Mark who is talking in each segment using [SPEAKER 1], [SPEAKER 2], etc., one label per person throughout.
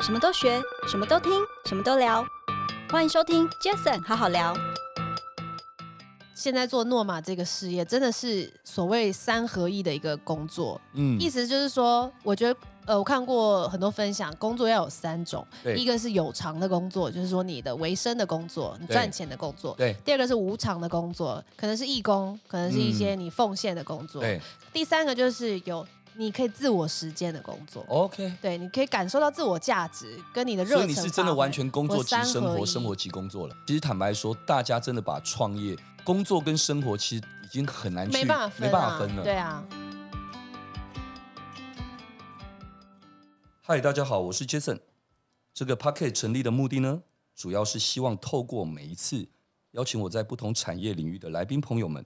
[SPEAKER 1] 什么都学，什么都听，什么都聊。欢迎收听 Jason 好好聊。
[SPEAKER 2] 现在做诺玛这个事业，真的是所谓三合一的一个工作。
[SPEAKER 3] 嗯
[SPEAKER 2] 意思就是说，我觉得呃，我看过很多分享，工作要有三种，
[SPEAKER 3] 对
[SPEAKER 2] 一个是有偿的工作，就是说你的维生的工作，你
[SPEAKER 3] 对
[SPEAKER 2] 赚钱的工作。
[SPEAKER 3] 对
[SPEAKER 2] 第二个是无偿的工作，可能是义工，可能是一些你奉献的工作。
[SPEAKER 3] 嗯对
[SPEAKER 2] 第三个就是有你可以自我实践的工作，
[SPEAKER 3] ，OK。
[SPEAKER 2] 对，你可以感受到自我价值跟你的热
[SPEAKER 3] 哦所以
[SPEAKER 2] 忱发挥。
[SPEAKER 3] 你是真的完全工作
[SPEAKER 2] 我
[SPEAKER 3] 即
[SPEAKER 2] 三
[SPEAKER 3] 生
[SPEAKER 2] 合
[SPEAKER 3] 活，
[SPEAKER 2] 一
[SPEAKER 3] 生活即工作了。其实坦白说，大家真的把创业、工作跟生活其实已经很难去
[SPEAKER 2] 没办法分、啊，
[SPEAKER 3] 没办法分了。
[SPEAKER 2] 对啊，
[SPEAKER 3] 嗨，大家好，我是 Jason。这个 Pocket 成立的目的呢，主要是希望透过每一次邀请我在不同产业领域的来宾朋友们，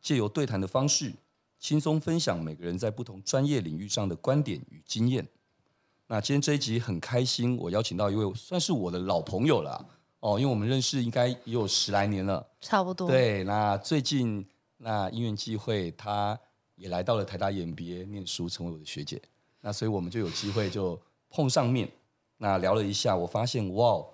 [SPEAKER 3] 借由对谈的方式，轻松分享每个人在不同专业领域上的观点与经验。那今天这一集很开心，我邀请到一位算是我的老朋友了啊哦，因为我们认识应该也有十来年了。
[SPEAKER 2] 差不多。
[SPEAKER 3] 对，那最近那因缘际会，他也来到了台大 E EMBA 念书，成为我的学姐。那所以我们就有机会就碰上面，那聊了一下，我发现哇，哦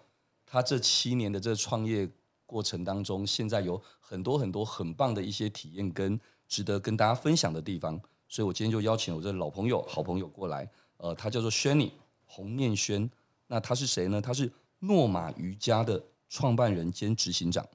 [SPEAKER 3] 他这七年的这创业过程当中，现在有很多很多很棒的一些体验跟值得跟大家分享的地方。所以我今天就邀请我这老朋友、好朋友过来，呃，他叫做 Shanny 洪念轩。那他是谁呢？他是诺玛瑜伽的创办人兼执行长。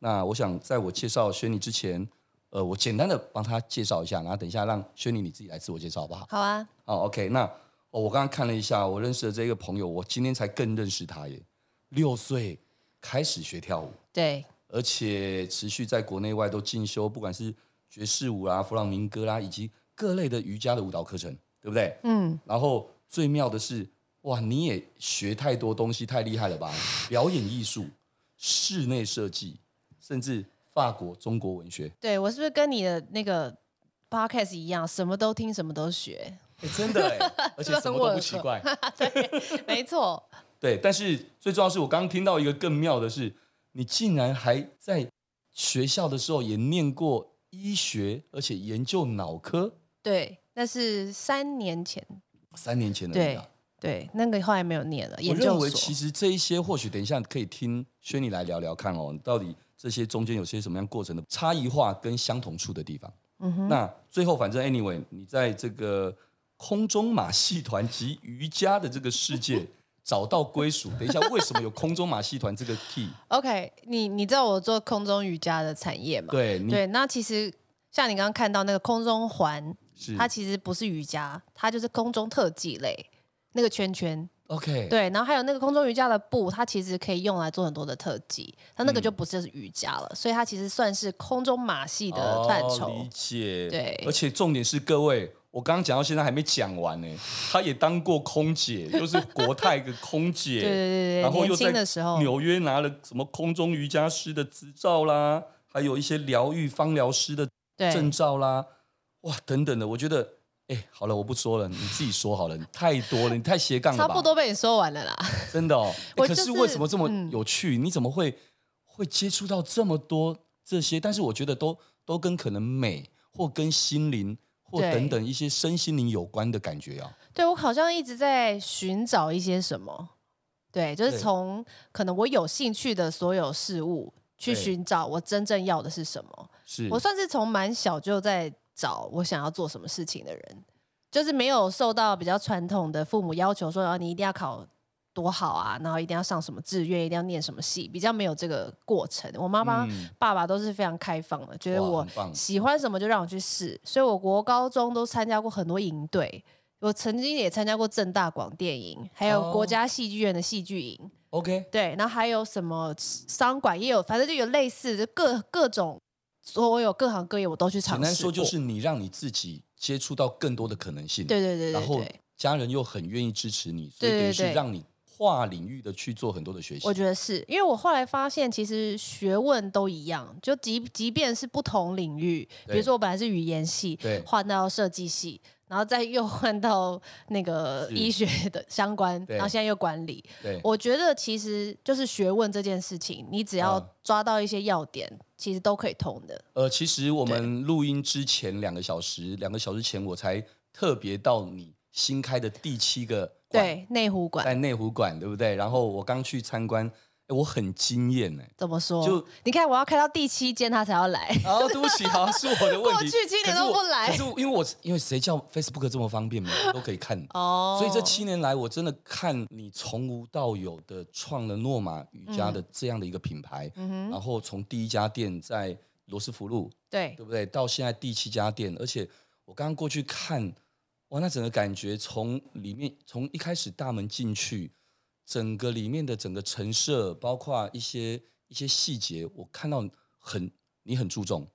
[SPEAKER 3] 那我想在我介绍轩尼之前，呃，我简单的帮他介绍一下，然后等一下让轩尼你自己来自我介绍好不好？
[SPEAKER 2] 好啊，
[SPEAKER 3] 哦，OK，那哦，我刚刚看了一下，我认识的这个朋友，我今天才更认识他耶，六岁开始学跳舞，
[SPEAKER 2] 对，
[SPEAKER 3] 而且持续在国内外都进修，不管是爵士舞啊啦、弗朗明哥啦，以及各类的瑜伽的舞蹈课程，对不对？
[SPEAKER 2] 嗯，
[SPEAKER 3] 然后最妙的是，哇，你也学太多东西，太厉害了吧！表演艺术、室内设计，甚至法国、中国文学，
[SPEAKER 2] 对我是不是跟你的那个 podcast 一样，什么都听，什么都 学？
[SPEAKER 3] 诶真的哎，而且什么都不奇怪。
[SPEAKER 2] 没错，
[SPEAKER 3] 对，但是最重要的是，我刚刚听到一个更妙的是，你竟然还在学校的时候也念过医学，而且研究脑科。
[SPEAKER 2] 对，那是三年前，
[SPEAKER 3] 三年前的
[SPEAKER 2] 对
[SPEAKER 3] 人啊，
[SPEAKER 2] 对，那个后来没有念了，
[SPEAKER 3] 我
[SPEAKER 2] 研
[SPEAKER 3] 认
[SPEAKER 2] 究
[SPEAKER 3] 为其
[SPEAKER 2] 所。
[SPEAKER 3] 实这一些或许等一下可以听轩尼来聊聊看哦，到底这些中间有些什么样过程的差异化跟相同处的地方。
[SPEAKER 2] 嗯哼，
[SPEAKER 3] 那最后反正 anyway，你在这个空中马戏团及瑜伽的这个世 界找到归属。等一下，为什么有空中马戏团这个 key？
[SPEAKER 2] OK，你你知道我做空中瑜伽的产业嘛？
[SPEAKER 3] 对，你
[SPEAKER 2] 对，那其实像你刚刚看到那个空中环，
[SPEAKER 3] 是
[SPEAKER 2] 它其实不是瑜伽，它就是空中特技类那个圈圈。
[SPEAKER 3] OK，
[SPEAKER 2] 对，然后还有那个空中瑜伽的布，它其实可以用来做很多的特技，它那个
[SPEAKER 3] 嗯
[SPEAKER 2] 就不是瑜伽了，所以它其实算是空中马戏的范畴。
[SPEAKER 3] 哦理解。
[SPEAKER 2] 对
[SPEAKER 3] 而且重点是各位，我刚刚讲到现在还没讲完呢。她也当过空姐，就是国泰的空姐。
[SPEAKER 2] 对对对对，
[SPEAKER 3] 然后
[SPEAKER 2] 年
[SPEAKER 3] 又
[SPEAKER 2] 轻
[SPEAKER 3] 在
[SPEAKER 2] 的时候，
[SPEAKER 3] 纽约拿了什么空中瑜伽师的执照啦，还有一些疗愈芳疗师的
[SPEAKER 2] 对
[SPEAKER 3] 证照啦，哇，等等的，我觉得，哎，好了，我不说了，你自己说好了，你太多 了，你太斜杠了
[SPEAKER 2] 差
[SPEAKER 3] 吧？
[SPEAKER 2] 不多被你说完了啦。
[SPEAKER 3] 真的哦。
[SPEAKER 2] 我
[SPEAKER 3] 诶可
[SPEAKER 2] 就是
[SPEAKER 3] 是为什么这么
[SPEAKER 2] 嗯
[SPEAKER 3] 有趣？你怎么会会接触到这么多这些？但是我觉得都都跟可能美或跟心灵或
[SPEAKER 2] 对
[SPEAKER 3] 等等一些身心灵有关的感觉啊。
[SPEAKER 2] 对我好像一直在寻找一些什么，对，就是
[SPEAKER 3] 对
[SPEAKER 2] 从可能我有兴趣的所有事物去
[SPEAKER 3] 对
[SPEAKER 2] 寻找我真正要的是什么。
[SPEAKER 3] 是
[SPEAKER 2] 我算是从蛮小就在找我想要做什么事情的人，就是没有受到比较传统的父母要求说，啊，你一定要考多好啊，然后一定要上什么志愿，一定要念什么系，比较没有这个过程。我妈妈、
[SPEAKER 3] 嗯
[SPEAKER 2] 爸爸都是非常开放的，觉得
[SPEAKER 3] 哇
[SPEAKER 2] 我
[SPEAKER 3] 很棒
[SPEAKER 2] 喜欢什么就让我去试，所以我国高中都参加过很多营队。我曾经也参加过正大广电营，还有
[SPEAKER 3] 哦
[SPEAKER 2] 国家戏剧院的戏剧营，
[SPEAKER 3] OK，
[SPEAKER 2] 对，然后还有什么商馆也有，反正就有类似就各各种所有各行各业我都去尝
[SPEAKER 3] 简
[SPEAKER 2] 试。
[SPEAKER 3] 单说就是，你让你自己接触到更多的可能性。
[SPEAKER 2] 对对对对
[SPEAKER 3] 然后
[SPEAKER 2] 对，
[SPEAKER 3] 家人又很愿意支持你，所以
[SPEAKER 2] 对对
[SPEAKER 3] 等于是
[SPEAKER 2] 对
[SPEAKER 3] 让你跨领域的去做很多的学习。
[SPEAKER 2] 我觉得是因为我后来发现，其实学问都一样，就即即便是不同领域，比如
[SPEAKER 3] 对
[SPEAKER 2] 说我本来是语言系
[SPEAKER 3] 对，
[SPEAKER 2] 换到设计系。然后再又换到那个
[SPEAKER 3] 是
[SPEAKER 2] 医学的相关，
[SPEAKER 3] 对
[SPEAKER 2] 然后现在又管理，
[SPEAKER 3] 对，
[SPEAKER 2] 我觉得其实就是学问这件事情，你只
[SPEAKER 3] 嗯
[SPEAKER 2] 要抓到一些要点，其实都可以通的。
[SPEAKER 3] 呃，其实我们录音之前两个小时，两个小时前我才特别到你新开的第七个馆，
[SPEAKER 2] 对，内湖馆
[SPEAKER 3] 在内湖馆，对不对？然后我刚去参观，诶我很惊艳呢、
[SPEAKER 2] 怎么说？
[SPEAKER 3] 就
[SPEAKER 2] 你看，我要开到第七间他才要来，
[SPEAKER 3] 哦，对不起，好像是我的问题。
[SPEAKER 2] 过去七年都不来
[SPEAKER 3] 可是我可是因为我因为谁叫 Facebook 这么方便嘛，都可以看。
[SPEAKER 2] 哦，
[SPEAKER 3] 所以这七年来，我真的看你从无到有的创了诺玛瑜伽的这样的一个品牌，
[SPEAKER 2] 嗯哼，
[SPEAKER 3] 然后从第一家店在罗斯福路，
[SPEAKER 2] 对
[SPEAKER 3] 对，不对？到现在第七家店，而且我刚刚过去看，哇，那整个感觉从里面从一开始大门进去，整个里面的整个陈设，包括一些一些细节，我看到很你很注重。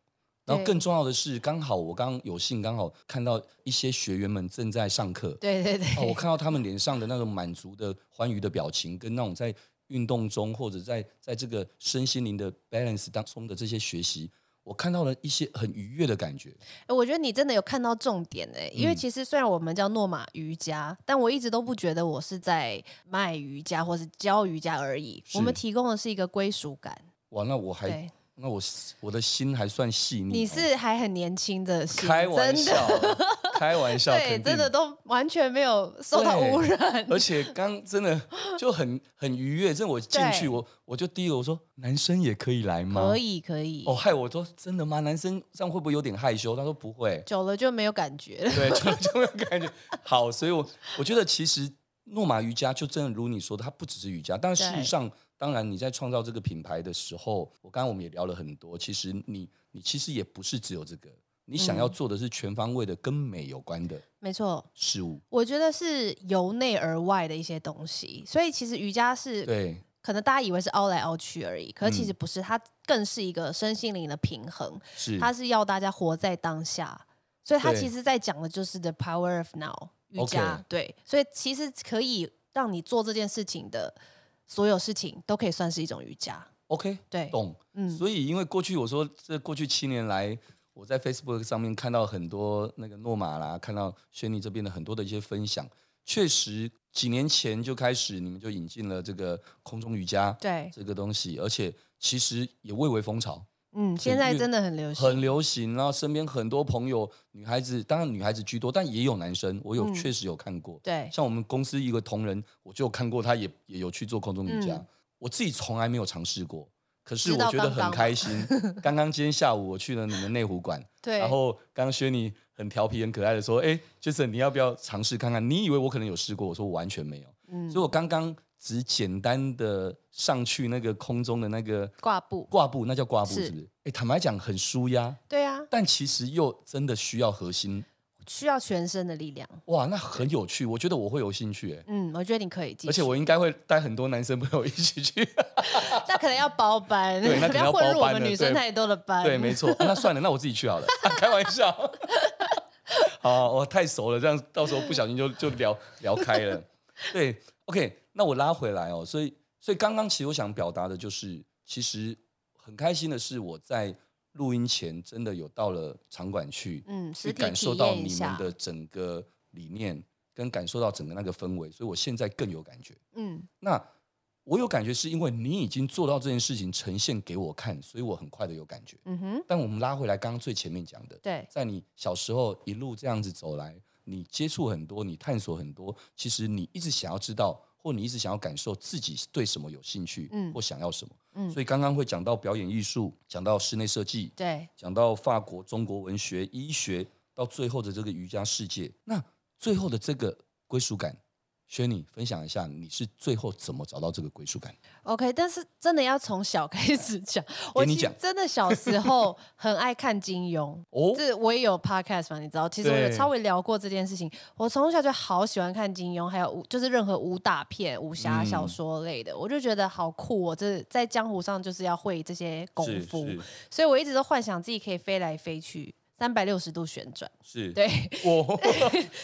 [SPEAKER 3] 然后
[SPEAKER 2] 对
[SPEAKER 3] 更重要的是，刚好我刚刚有幸刚好看到一些学员们正在上课，
[SPEAKER 2] 对对对，
[SPEAKER 3] 哦，我看到他们脸上的那种满足的、欢愉的表情，跟那种在运动中或者在在这个身心灵的 balance 当中的这些学习，我看到了一些很愉悦的感觉。
[SPEAKER 2] 欸我觉得你真的有看到重点哎、因为
[SPEAKER 3] 嗯
[SPEAKER 2] 其实虽然我们叫诺玛瑜伽，但我一直都不觉得我是在卖瑜伽或是教瑜伽而已，我们
[SPEAKER 3] 是
[SPEAKER 2] 提供的是一个归属感。
[SPEAKER 3] 哇，那我还
[SPEAKER 2] 对，
[SPEAKER 3] 那我我的心还算细腻哦。
[SPEAKER 2] 你是还很年轻的心，
[SPEAKER 3] 开玩
[SPEAKER 2] 真
[SPEAKER 3] 笑
[SPEAKER 2] 的，
[SPEAKER 3] 开玩笑，
[SPEAKER 2] 对，
[SPEAKER 3] 肯定
[SPEAKER 2] 真的。都完全没有受到
[SPEAKER 3] 对
[SPEAKER 2] 污染。
[SPEAKER 3] 而且刚真的就很很愉悦，真的我进去
[SPEAKER 2] 对
[SPEAKER 3] 我我就第一个我说男生也可以来吗？
[SPEAKER 2] 可。以可以，
[SPEAKER 3] 哦，害我说真的吗？男生这样会不会有点害羞？他说不会。
[SPEAKER 2] 久了就没有感觉了。
[SPEAKER 3] 对，就 就没有感觉。好，所以我我觉得其实诺玛瑜伽就真的如你说的，它不只是瑜伽，但事
[SPEAKER 2] 对
[SPEAKER 3] 实上，当然你在创造这个品牌的时候，我刚刚我们也聊了很多，其实你你其实也不是只有这个，你想
[SPEAKER 2] 嗯
[SPEAKER 3] 要做的是全方位的跟美有关的
[SPEAKER 2] 没错，
[SPEAKER 3] 事物。
[SPEAKER 2] 我觉得是由内而外的一些东西，所以其实瑜伽是
[SPEAKER 3] 对，
[SPEAKER 2] 可能大家以为是凹来凹去而已，可是其
[SPEAKER 3] 嗯
[SPEAKER 2] 实不是，它更是一个身心灵的平衡，
[SPEAKER 3] 是
[SPEAKER 2] 它是要大家活在当下，所以它
[SPEAKER 3] 对
[SPEAKER 2] 其实在讲的就是 the power of now 瑜
[SPEAKER 3] OK
[SPEAKER 2] 伽对，所以其实可以让你做这件事情的所有事情都可以算是一种瑜伽，
[SPEAKER 3] OK，
[SPEAKER 2] 对，
[SPEAKER 3] 懂。
[SPEAKER 2] 嗯，
[SPEAKER 3] 所以因为过去我说这过去七年来。我在 Facebook 上面看到很多那个诺玛啦，看到轩尼这边的很多的一些分享，确实几年前就开始你们就引进了这个空中瑜伽
[SPEAKER 2] 对，
[SPEAKER 3] 这个东西，而且其实也蔚为风潮，
[SPEAKER 2] 嗯，现在真的很流行，
[SPEAKER 3] 很流行。然后身边很多朋友，女孩子当然女孩子居多，但也有男生，我有、
[SPEAKER 2] 嗯
[SPEAKER 3] 确实有看过。
[SPEAKER 2] 对，
[SPEAKER 3] 像我们公司一个同仁，我就有看过他也也有去做空中瑜伽，
[SPEAKER 2] 嗯
[SPEAKER 3] 我自己从来没有尝试过，可是
[SPEAKER 2] 直
[SPEAKER 3] 我
[SPEAKER 2] 到
[SPEAKER 3] 觉得
[SPEAKER 2] 刚刚
[SPEAKER 3] 很 开心。刚刚今天下午我去了你们内湖馆，
[SPEAKER 2] 对，
[SPEAKER 3] 然后刚刚轩尼很调皮很可爱的说：“哎，Jason，你要不要尝试看看？你以为我可能有试过？我说我完全没有。
[SPEAKER 2] 嗯
[SPEAKER 3] 所以，我刚刚只简单的上去那个空中的那个
[SPEAKER 2] 挂布，
[SPEAKER 3] 挂布，那叫挂布
[SPEAKER 2] 是
[SPEAKER 3] 是不是？哎，坦白讲很舒压，
[SPEAKER 2] 对啊，
[SPEAKER 3] 但其实又真的需要核心。
[SPEAKER 2] 需要全身的力量，
[SPEAKER 3] 哇，那很有趣，我觉得我会有兴趣哎。
[SPEAKER 2] 嗯，我觉得你可以继续，
[SPEAKER 3] 而且我应该会带很多男生朋友一起去。
[SPEAKER 2] 那可能要包班，
[SPEAKER 3] 对那可
[SPEAKER 2] 不
[SPEAKER 3] 能
[SPEAKER 2] 要
[SPEAKER 3] 要
[SPEAKER 2] 混入
[SPEAKER 3] 包
[SPEAKER 2] 我
[SPEAKER 3] 班
[SPEAKER 2] 们
[SPEAKER 3] 了
[SPEAKER 2] 女生
[SPEAKER 3] 对
[SPEAKER 2] 太多的班。
[SPEAKER 3] 对，没错、啊那算了，那我自己去好了，啊开玩笑。 好，我太熟了，这样到时候不小心就就聊聊开了。对，OK，那我拉回来哦。所以，所以刚刚其实我想表达的就是，其实很开心的是，我在录音前真的有到了场馆去，
[SPEAKER 2] 嗯，
[SPEAKER 3] 去
[SPEAKER 2] 实体
[SPEAKER 3] 感
[SPEAKER 2] 体
[SPEAKER 3] 受到
[SPEAKER 2] 验一
[SPEAKER 3] 你
[SPEAKER 2] 下
[SPEAKER 3] 们，的整个理念，跟感受到整个那个氛围，所以我现在更有感觉。
[SPEAKER 2] 嗯，
[SPEAKER 3] 那我有感觉是因为你已经做到这件事情，呈现给我看，所以我很快的有感觉。
[SPEAKER 2] 嗯哼，
[SPEAKER 3] 但我们拉回来，刚刚最前面讲的，
[SPEAKER 2] 对，
[SPEAKER 3] 在你小时候一路这样子走来，你接触很多，你探索很多，其实你一直想要知道，或你一直想要感受自己对什么有兴趣，
[SPEAKER 2] 嗯
[SPEAKER 3] 或想要什么。
[SPEAKER 2] 嗯
[SPEAKER 3] 所以刚刚会讲到表演艺术，讲到室内设计，
[SPEAKER 2] 对，
[SPEAKER 3] 讲到法国、中国文学、医学，到最后的这个瑜伽世界，那最后的这个归属感，轩你分享一下，你是最后怎么找到这个归属感？
[SPEAKER 2] OK，但是真的要从小开始讲。我
[SPEAKER 3] 你
[SPEAKER 2] 其实
[SPEAKER 3] 讲
[SPEAKER 2] 真的小时候很爱看金庸，
[SPEAKER 3] 哦，
[SPEAKER 2] 这我也有 podcast 嘛，你知道，其实我有
[SPEAKER 3] 对
[SPEAKER 2] 稍微聊过这件事情。我从小就好喜欢看金庸，还有武，就是任何武打片、武侠小
[SPEAKER 3] 嗯
[SPEAKER 2] 说类的，我就觉得好酷、哦。我这在江湖上就是要会这些功
[SPEAKER 3] 是
[SPEAKER 2] 夫，
[SPEAKER 3] 是
[SPEAKER 2] 所以我一直都幻想自己可以飞来飞去，三百六十度旋转。
[SPEAKER 3] 是，哦
[SPEAKER 2] 对，
[SPEAKER 3] 我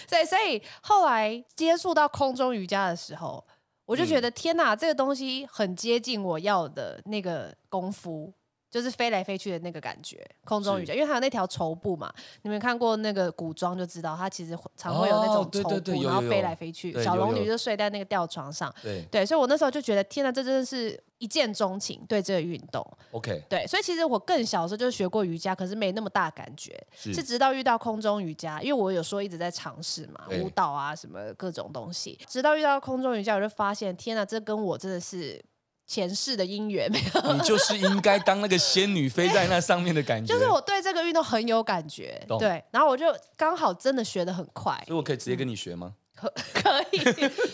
[SPEAKER 2] 所以所以后来接触到空中瑜伽的时候，
[SPEAKER 3] 嗯
[SPEAKER 2] 我就觉得、天哪，这个东西很接近我要的那个功夫，就是飞来飞去的那个感觉，空中瑜伽，因为还有那条绸布嘛，你们看过那个古装就知道，它其实常会有那
[SPEAKER 3] 哦
[SPEAKER 2] 种
[SPEAKER 3] 对
[SPEAKER 2] 绸
[SPEAKER 3] 对对
[SPEAKER 2] 布，
[SPEAKER 3] 有
[SPEAKER 2] 然后
[SPEAKER 3] 有
[SPEAKER 2] 飞
[SPEAKER 3] 有
[SPEAKER 2] 来飞去。
[SPEAKER 3] 对
[SPEAKER 2] 小
[SPEAKER 3] 有
[SPEAKER 2] 龙女
[SPEAKER 3] 有
[SPEAKER 2] 就睡在那个吊床上，
[SPEAKER 3] 对
[SPEAKER 2] 对，所以我那时候就觉得，天呐，这真的是一见钟情，对这个运动，
[SPEAKER 3] ，OK，
[SPEAKER 2] 对，所以其实我更小的时候就学过瑜伽，可是没那么大感觉，
[SPEAKER 3] 是
[SPEAKER 2] 是直到遇到空中瑜伽，因为我有说一直在尝试嘛，
[SPEAKER 3] 对
[SPEAKER 2] 舞蹈啊什么各种东西，直到遇到空中瑜伽，我就发现，天呐，这跟我真的是前世的姻缘，没有，
[SPEAKER 3] 你就是应该当那个仙女飞在那上面的感觉。
[SPEAKER 2] 就是，我对这个运动很有感觉，
[SPEAKER 3] 懂
[SPEAKER 2] 对，然后我就刚好真的学得很快
[SPEAKER 3] 所以，我可以直接跟你学吗？
[SPEAKER 2] 可可 以，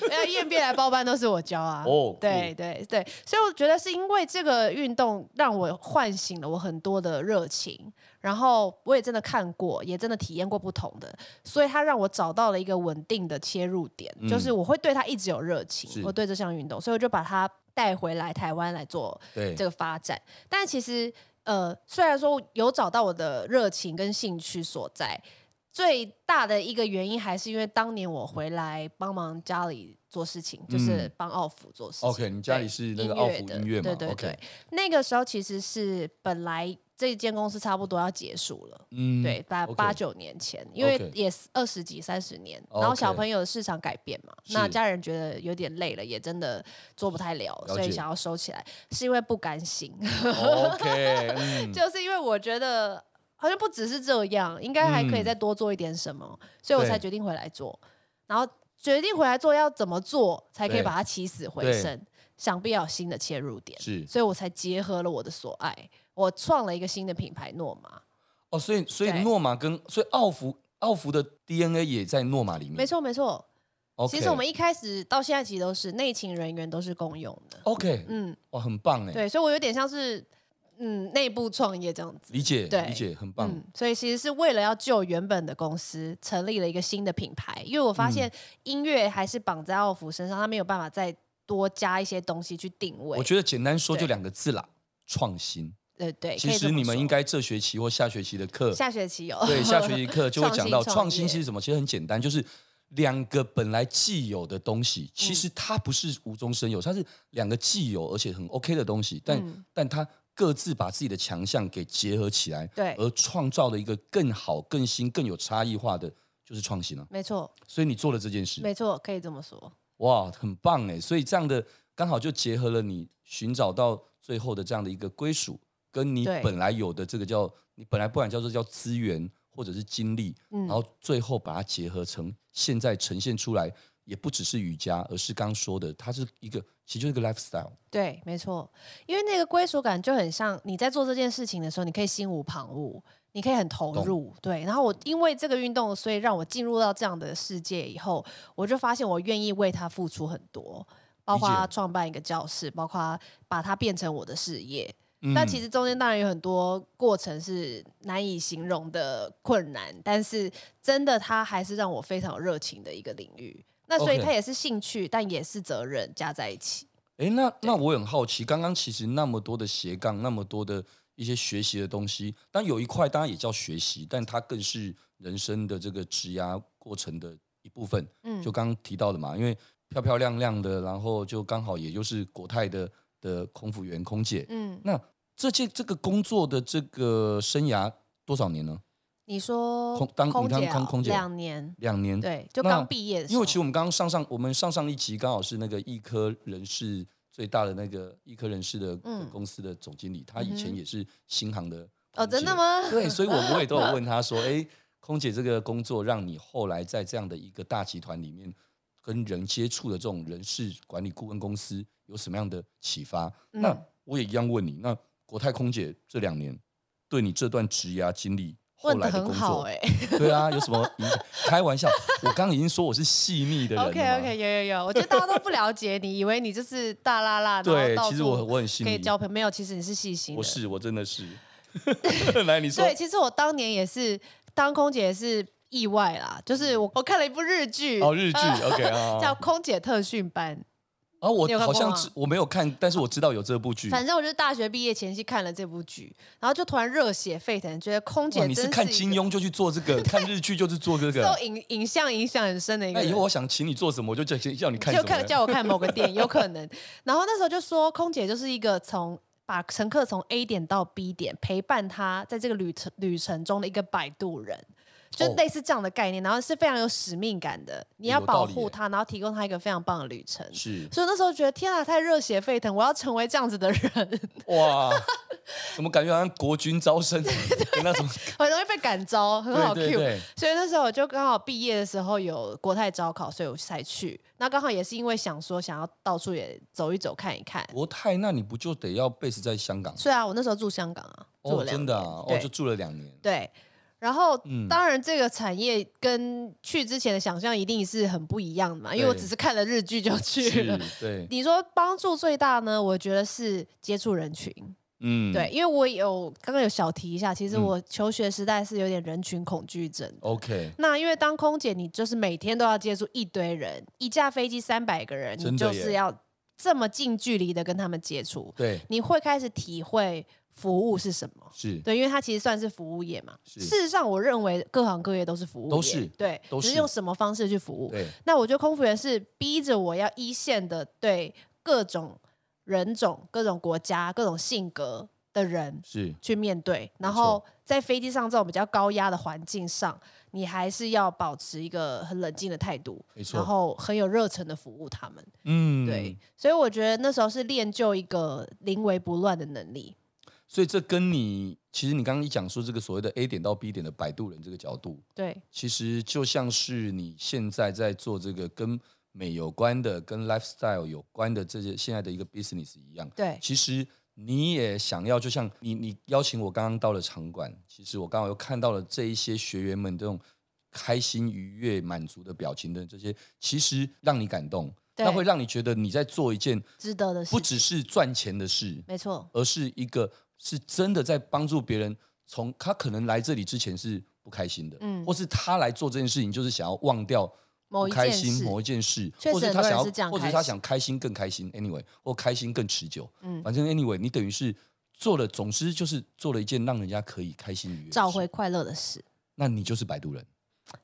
[SPEAKER 2] 没有验变来包班都是我教啊。
[SPEAKER 3] 哦
[SPEAKER 2] 对对对，所以我觉得是因为这个运动让我唤醒了我很多的热情，然后我也真的看过，也真的体验过不同的，所以它让我找到了一个稳定的切入点，
[SPEAKER 3] 嗯
[SPEAKER 2] 就是我会对它一直有热情，
[SPEAKER 3] 是
[SPEAKER 2] 我对这项运动，所以我就把它带回来台湾来做
[SPEAKER 3] 对
[SPEAKER 2] 这，个发展。但其实，呃，虽然说有找到我的热情跟兴趣所在，最大的一个原因还是因为当年我回来帮忙家里做事情，就是
[SPEAKER 3] 嗯
[SPEAKER 2] 帮奥福做事情。
[SPEAKER 3] OK，你家里是那个奥福
[SPEAKER 2] 的
[SPEAKER 3] 音乐嘛
[SPEAKER 2] 对对对
[SPEAKER 3] OK
[SPEAKER 2] 那个时候其实是本来这间公司差不多要结束了。
[SPEAKER 3] 嗯
[SPEAKER 2] 对，八
[SPEAKER 3] OK
[SPEAKER 2] 八九年前，因为
[SPEAKER 3] OK 哦
[SPEAKER 2] 也是二十几、三十年，然后小
[SPEAKER 3] OK
[SPEAKER 2] 朋友的市场改变嘛，
[SPEAKER 3] 是
[SPEAKER 2] 那家人觉得有点累了，也真的做不太了，
[SPEAKER 3] 了
[SPEAKER 2] 所以
[SPEAKER 3] 解嗯
[SPEAKER 2] 想要收起来，是因为不甘心，
[SPEAKER 3] OK，嗯，
[SPEAKER 2] 就是因为我觉得好像不只是这样，应该还可以
[SPEAKER 3] 嗯
[SPEAKER 2] 再多做一点什么，所以我才
[SPEAKER 3] 对
[SPEAKER 2] 决定回来做。然后决定回来做要怎么做才可以
[SPEAKER 3] 对
[SPEAKER 2] 把它起死回
[SPEAKER 3] 对
[SPEAKER 2] 生，想必要有新的切入点，
[SPEAKER 3] 是
[SPEAKER 2] 所以我才结合了我的所爱，我创了一个新的品牌诺玛。
[SPEAKER 3] 哦，所以所以
[SPEAKER 2] 对
[SPEAKER 3] 诺玛跟所以奥福奥福的 DNA 也在诺玛里面，
[SPEAKER 2] 没错，没错。
[SPEAKER 3] OK。
[SPEAKER 2] 其实我们一开始到现在其实都是内勤人员都是共用的，
[SPEAKER 3] OK，
[SPEAKER 2] 嗯，
[SPEAKER 3] 哇，很棒哎，
[SPEAKER 2] 对，所以我有点像是嗯内部创业这样子。
[SPEAKER 3] 理解
[SPEAKER 2] 对
[SPEAKER 3] 理解，很棒，
[SPEAKER 2] 嗯，所以其实是为了要救原本的公司，成立了一个新的品牌。因为我
[SPEAKER 3] 嗯
[SPEAKER 2] 发现音乐还是绑在奥福身上，他没有办法再多加一些东西去定位。
[SPEAKER 3] 我觉得简单说
[SPEAKER 2] 对
[SPEAKER 3] 就两个字啦，创新。
[SPEAKER 2] 对对，
[SPEAKER 3] 其
[SPEAKER 2] 可以这
[SPEAKER 3] 实
[SPEAKER 2] 么
[SPEAKER 3] 你们
[SPEAKER 2] 说
[SPEAKER 3] 应该这学期或下学期的课，
[SPEAKER 2] 下学期有哦
[SPEAKER 3] 对下学期课就会讲到
[SPEAKER 2] 创新创
[SPEAKER 3] 创
[SPEAKER 2] 业
[SPEAKER 3] 新其实什么，其实很简单，就是两个本来既有的东西，其
[SPEAKER 2] 嗯
[SPEAKER 3] 实它不是无中生有，它是两个既有而且很 OK 的东西，但、
[SPEAKER 2] 嗯
[SPEAKER 3] 但它各自把自己的强项给结合起来，
[SPEAKER 2] 对
[SPEAKER 3] 而创造了一个更好、更新、更有差异化的。就是创新啊，
[SPEAKER 2] 没错
[SPEAKER 3] 所以你做了这件事，
[SPEAKER 2] 没错，可以这么说。
[SPEAKER 3] 哇，很棒哎！所以这样的刚好就结合了你寻找到最后的这样的一个归属，跟你
[SPEAKER 2] 对
[SPEAKER 3] 本来有的这个叫你本来不管叫做叫资源或者是精力，
[SPEAKER 2] 嗯
[SPEAKER 3] 然后最后把它结合成现在呈现出来，也不只是瑜伽，而是刚说的，它是一个其实就是一个 lifestyle。
[SPEAKER 2] 对，没错，因为那个归属感就很像你在做这件事情的时候，你可以心无旁骛，你可以很投
[SPEAKER 3] 懂
[SPEAKER 2] 入。对，然后我因为这个运动，所以让我进入到这样的世界以后，我就发现我愿意为它付出很多，包
[SPEAKER 3] 理
[SPEAKER 2] 括
[SPEAKER 3] 解
[SPEAKER 2] 创办一个教室，包括把它变成我的事业。
[SPEAKER 3] 嗯
[SPEAKER 2] 但其实中间当然有很多过程是难以形容的困难，但是真的它还是让我非常有热情的一个领域。那所以
[SPEAKER 3] OK
[SPEAKER 2] 它也是兴趣，但也是责任加在一起。
[SPEAKER 3] 诶，那那我很好奇，刚刚其实那么多的斜杠，那么多的一些学习的东西，但有一块当然也叫学习，但它更是人生的这个职涯过程的一部分。
[SPEAKER 2] 嗯
[SPEAKER 3] 就刚刚提到的嘛，因为漂漂亮亮的，然后就刚好也就是国泰的的空服员空姐，
[SPEAKER 2] 嗯。
[SPEAKER 3] 那这件这个工作的这个生涯多少年呢？
[SPEAKER 2] 你说
[SPEAKER 3] 空当你当
[SPEAKER 2] 姐哦
[SPEAKER 3] 空空姐
[SPEAKER 2] 两年，
[SPEAKER 3] 两年。
[SPEAKER 2] 对，就
[SPEAKER 3] 那
[SPEAKER 2] 刚毕业的时
[SPEAKER 3] 因
[SPEAKER 2] 候，
[SPEAKER 3] 为其实我们刚刚上上我们上上一集刚好是那个易科人事最大的那个易科人事的
[SPEAKER 2] 嗯
[SPEAKER 3] 公司的总经理，他以
[SPEAKER 2] 嗯
[SPEAKER 3] 前也是新航的
[SPEAKER 2] 哦，
[SPEAKER 3] 空
[SPEAKER 2] 真的
[SPEAKER 3] 姐？
[SPEAKER 2] 吗？
[SPEAKER 3] 对，所以我我也都有问他说，哎，空姐这个工作让你后来在这样的一个大集团里面跟人接触的这种人事管理顾问公司有什么样的启发？
[SPEAKER 2] 嗯
[SPEAKER 3] 那我也一样问你，那国泰空姐这两年对你这段职涯经历后
[SPEAKER 2] 问
[SPEAKER 3] 来
[SPEAKER 2] 的
[SPEAKER 3] 的
[SPEAKER 2] 很
[SPEAKER 3] 工
[SPEAKER 2] 好
[SPEAKER 3] 作，
[SPEAKER 2] 哎、
[SPEAKER 3] 对啊，有 什么影响？开玩笑，我刚刚已经说我是细腻的人
[SPEAKER 2] o
[SPEAKER 3] 了
[SPEAKER 2] k
[SPEAKER 3] 嘛
[SPEAKER 2] OK，有有有，我觉得大家都不了解你，以为你就是大啦啦，然后
[SPEAKER 3] 对，
[SPEAKER 2] 到
[SPEAKER 3] 其实
[SPEAKER 2] 处
[SPEAKER 3] 我我很细
[SPEAKER 2] 可
[SPEAKER 3] 腻
[SPEAKER 2] 以，交朋友，没有其实你是细心的。
[SPEAKER 3] 我是我真的 是。来，你说
[SPEAKER 2] 对，其实我当年也是当空姐也是意外啦，就是我我看了一部日剧，
[SPEAKER 3] 嗯
[SPEAKER 2] 呃
[SPEAKER 3] 哦，日剧 OK 啊，
[SPEAKER 2] 叫《空姐特训班》，
[SPEAKER 3] 啊，我
[SPEAKER 2] 你有看
[SPEAKER 3] 好
[SPEAKER 2] 过
[SPEAKER 3] 像
[SPEAKER 2] 吗
[SPEAKER 3] 知我没有看，但是我知道有这部剧。
[SPEAKER 2] 反正我就是大学毕业前夕看了这部剧，然后就突然热血沸腾，觉得空姐
[SPEAKER 3] 哇，
[SPEAKER 2] 真
[SPEAKER 3] 你
[SPEAKER 2] 是
[SPEAKER 3] 是看
[SPEAKER 2] 一个
[SPEAKER 3] 金庸就去做这个，看日剧就是做这个
[SPEAKER 2] 受。影影像影响很深的一个
[SPEAKER 3] 那
[SPEAKER 2] 人。
[SPEAKER 3] 以后我想请你做什么，我就叫叫你看什
[SPEAKER 2] 就
[SPEAKER 3] 么
[SPEAKER 2] 看
[SPEAKER 3] 了。
[SPEAKER 2] 叫我看某个电影，有可能。然后那时候就说，空姐就是一个从把乘客从 A 点到 B 点，陪伴他在这个旅程旅程中的一个摆渡人，就
[SPEAKER 3] 哦
[SPEAKER 2] 类似这样的概念，然后是非常有使命感的，你要
[SPEAKER 3] 有道
[SPEAKER 2] 保
[SPEAKER 3] 理
[SPEAKER 2] 护
[SPEAKER 3] 耶
[SPEAKER 2] 他，然后提供他一个非常棒的旅程。
[SPEAKER 3] 是
[SPEAKER 2] 所以我那时候觉得天啊，太热血沸腾！我要成为这样子的人，
[SPEAKER 3] 哇，怎么感觉好像国军招生 那种？
[SPEAKER 2] 很容易被感召，很好 Q。
[SPEAKER 3] 对对对，
[SPEAKER 2] 所以那时候我就刚好毕业的时候有国泰招考，所以我才去。那刚好也是因为想说想要到处也走一走看一看。
[SPEAKER 3] 国泰那你不就得要 base 在香港？
[SPEAKER 2] 虽然、我那时候住香港啊，住
[SPEAKER 3] 哦，
[SPEAKER 2] 了两年，
[SPEAKER 3] 真的啊，哦
[SPEAKER 2] 对、
[SPEAKER 3] 就住了两年。
[SPEAKER 2] 对。然后，
[SPEAKER 3] 嗯
[SPEAKER 2] 当然这个产业跟去之前的想象一定是很不一样的嘛，因为我
[SPEAKER 3] 对
[SPEAKER 2] 只是看了日剧就去
[SPEAKER 3] 是
[SPEAKER 2] 了。，
[SPEAKER 3] 对，
[SPEAKER 2] 你说帮助最大呢？我觉得是接触人群，
[SPEAKER 3] 嗯，
[SPEAKER 2] 对，因为我有刚刚有小提一下，其实
[SPEAKER 3] 嗯
[SPEAKER 2] 我求学时代是有点人群恐惧症的
[SPEAKER 3] ，OK，
[SPEAKER 2] 那因为当空姐，你就是每天都要接触一堆人，一架飞机三百个人，你
[SPEAKER 3] 真的
[SPEAKER 2] 就
[SPEAKER 3] 耶
[SPEAKER 2] 是要这么近距离的跟他们接触，
[SPEAKER 3] 对，
[SPEAKER 2] 你会开始体会服务是什么。
[SPEAKER 3] 是，
[SPEAKER 2] 对，因为它其实算是服务业嘛。
[SPEAKER 3] 是
[SPEAKER 2] 事实上，我认为各行各业都是服务业，
[SPEAKER 3] 都是
[SPEAKER 2] 对，
[SPEAKER 3] 都
[SPEAKER 2] 只是
[SPEAKER 3] 是
[SPEAKER 2] 用什么方式去服务。
[SPEAKER 3] 对，
[SPEAKER 2] 那我觉得空服员是逼着我要一线的对各种人种、各种国家、各种性格的人
[SPEAKER 3] 是，
[SPEAKER 2] 去面对，然
[SPEAKER 3] 没错
[SPEAKER 2] 后在飞机上这种比较高压的环境上，你还是要保持一个很冷静的态度
[SPEAKER 3] 没，错
[SPEAKER 2] 然后很有热忱的服务他们。
[SPEAKER 3] 嗯，
[SPEAKER 2] 对，。所以我觉得那时候是练就一个临危不乱的能力。
[SPEAKER 3] 所以这跟你其实你刚刚一讲说这个所谓的 A 点到 B 点的摆渡人这个角度，
[SPEAKER 2] 对，
[SPEAKER 3] 其实就像是你现在在做这个跟美有关的、跟 lifestyle 有关的这些现在的一个 business 一样。
[SPEAKER 2] 对，
[SPEAKER 3] 其实你也想要，就像你你邀请我刚刚到了场馆，其实我刚好又看到了这一些学员们这种开心、愉悦、满足的表情的这些，其实让你感动，
[SPEAKER 2] 对
[SPEAKER 3] 那会让你觉得你在做一件
[SPEAKER 2] 值得的事
[SPEAKER 3] 不
[SPEAKER 2] 情，
[SPEAKER 3] 只是赚钱的事，
[SPEAKER 2] 没错，
[SPEAKER 3] 而是一个是真的在帮助别人。从他可能来这里之前是不开心的，
[SPEAKER 2] 嗯
[SPEAKER 3] 或是他来做这件事情就是想要忘掉
[SPEAKER 2] 某
[SPEAKER 3] 不
[SPEAKER 2] 一
[SPEAKER 3] 开
[SPEAKER 2] 件
[SPEAKER 3] 心
[SPEAKER 2] 事，
[SPEAKER 3] 某一件事，
[SPEAKER 2] 确实
[SPEAKER 3] 或者
[SPEAKER 2] 很
[SPEAKER 3] 他
[SPEAKER 2] 多人
[SPEAKER 3] 想
[SPEAKER 2] 是这样
[SPEAKER 3] 要，或者
[SPEAKER 2] 开
[SPEAKER 3] 是他
[SPEAKER 2] 始
[SPEAKER 3] 想开心更开心，anyway，或开心更持久，
[SPEAKER 2] 嗯
[SPEAKER 3] 反正 anyway，你等于是做了，总之就是做了一件让人家可以开心愉悦的
[SPEAKER 2] 找
[SPEAKER 3] 事
[SPEAKER 2] 回，快乐的事。
[SPEAKER 3] 那你就是摆 渡人，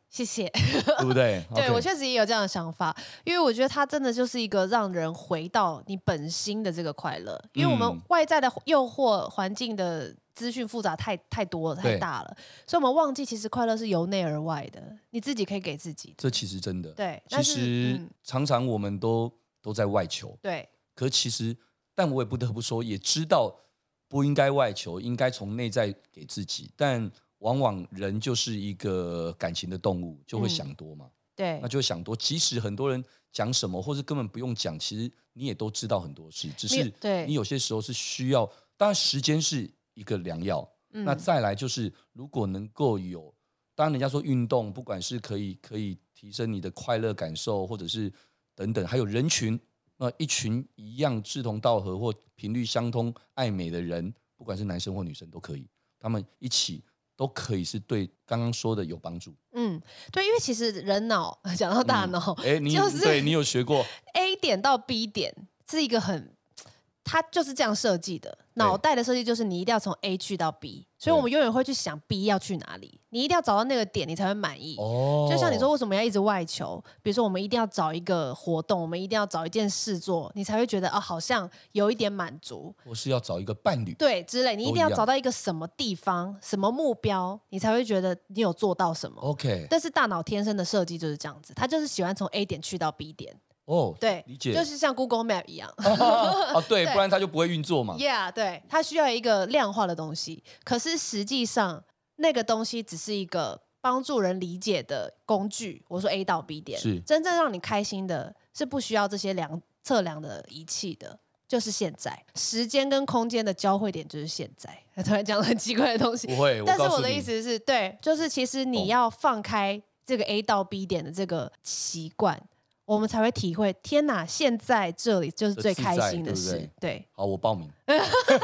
[SPEAKER 2] 谢谢。
[SPEAKER 3] 对不对？
[SPEAKER 2] 对
[SPEAKER 3] OK
[SPEAKER 2] 我确实也有这样的想法，因为我觉得它真的就是一个让人回到你本心的这个快乐，因为我们
[SPEAKER 3] 嗯
[SPEAKER 2] 外在的诱惑、环境的资讯复杂太太多了、太
[SPEAKER 3] 对
[SPEAKER 2] 大了，所以我们忘记其实快乐是由内而外的，你自己可以给自己的。
[SPEAKER 3] 这其实真的，
[SPEAKER 2] 对但
[SPEAKER 3] 其
[SPEAKER 2] 是
[SPEAKER 3] 实
[SPEAKER 2] 嗯
[SPEAKER 3] 常常我们都都在外求，
[SPEAKER 2] 对，
[SPEAKER 3] 可其实，但我也不得不说，也知道不应该外求，应该从内在给自己。但往往人就是一个感情的动物，就会
[SPEAKER 2] 嗯
[SPEAKER 3] 想多嘛，
[SPEAKER 2] 对
[SPEAKER 3] 那，就会想多。即使很多人讲什么，或是根本不用讲，其实你也都知道很多事，只
[SPEAKER 2] 你
[SPEAKER 3] 是
[SPEAKER 2] 对
[SPEAKER 3] 你有些时候是需要。当然，时间是一个良药。
[SPEAKER 2] 嗯
[SPEAKER 3] 那再来就是，如果能够有，当然人家说运动，不管是可以可以提升你的快乐感受，或者是等等，还有人群，那一群一样志同道合或频率相通、爱美的人，不管是男生或女生都可以，他们一起都可以是对刚刚说的有帮助。
[SPEAKER 2] 嗯，对，因为其实人脑 讲到大脑、
[SPEAKER 3] 哎、 你、
[SPEAKER 2] 就是
[SPEAKER 3] 对你有学过
[SPEAKER 2] a 点到 B 点是一个很，它就是这样设计的。脑袋的设计就是你一定要从 A 去到 B，所以我们永远会去想 B 要去哪里，你一定要找到那个点，你才会满意。
[SPEAKER 3] 哦
[SPEAKER 2] 就像你说，为什么要一直外求？比如说，我们一定要找一个活动，我们一定要找一件事做，你才会觉得哦，好像有一点满足，
[SPEAKER 3] 我是要找一个伴侣，
[SPEAKER 2] 对之类。你一
[SPEAKER 3] 都
[SPEAKER 2] 定
[SPEAKER 3] 一
[SPEAKER 2] 要
[SPEAKER 3] 样
[SPEAKER 2] 找到一个什么地方、什么目标，你才会觉得你有做到什么。
[SPEAKER 3] OK，
[SPEAKER 2] 但是大脑天生的设计就是这样子，它就是喜欢从 A 点去到 B 点，
[SPEAKER 3] 哦，
[SPEAKER 2] 对，
[SPEAKER 3] 理解，
[SPEAKER 2] 就是像 Google Map 一样。
[SPEAKER 3] 哦，对，
[SPEAKER 2] 对
[SPEAKER 3] 不然他就不会运作嘛。
[SPEAKER 2] Yeah，对，它需要一个量化的东西，可是实际上那个东西只是一个帮助人理解的工具。我说 A 到 B 点，
[SPEAKER 3] 是
[SPEAKER 2] 真正让你开心的是不需要这些量测量的仪器的。就是现在，时间跟空间的交汇点就是现在。 突然讲了很奇怪的东西，
[SPEAKER 3] 不会，
[SPEAKER 2] 但是
[SPEAKER 3] 告诉
[SPEAKER 2] 我的
[SPEAKER 3] 你哦
[SPEAKER 2] 意，思是对，就是其实你
[SPEAKER 3] 懂
[SPEAKER 2] 要放开这个 A 到 B 点的这个习惯，我们才会体会。天哪，现在这里就是
[SPEAKER 3] 这
[SPEAKER 2] 最
[SPEAKER 3] 呃自
[SPEAKER 2] 开
[SPEAKER 3] 在
[SPEAKER 2] 心的
[SPEAKER 3] 对不
[SPEAKER 2] 事。
[SPEAKER 3] 对
[SPEAKER 2] 对，
[SPEAKER 3] 好，我报名，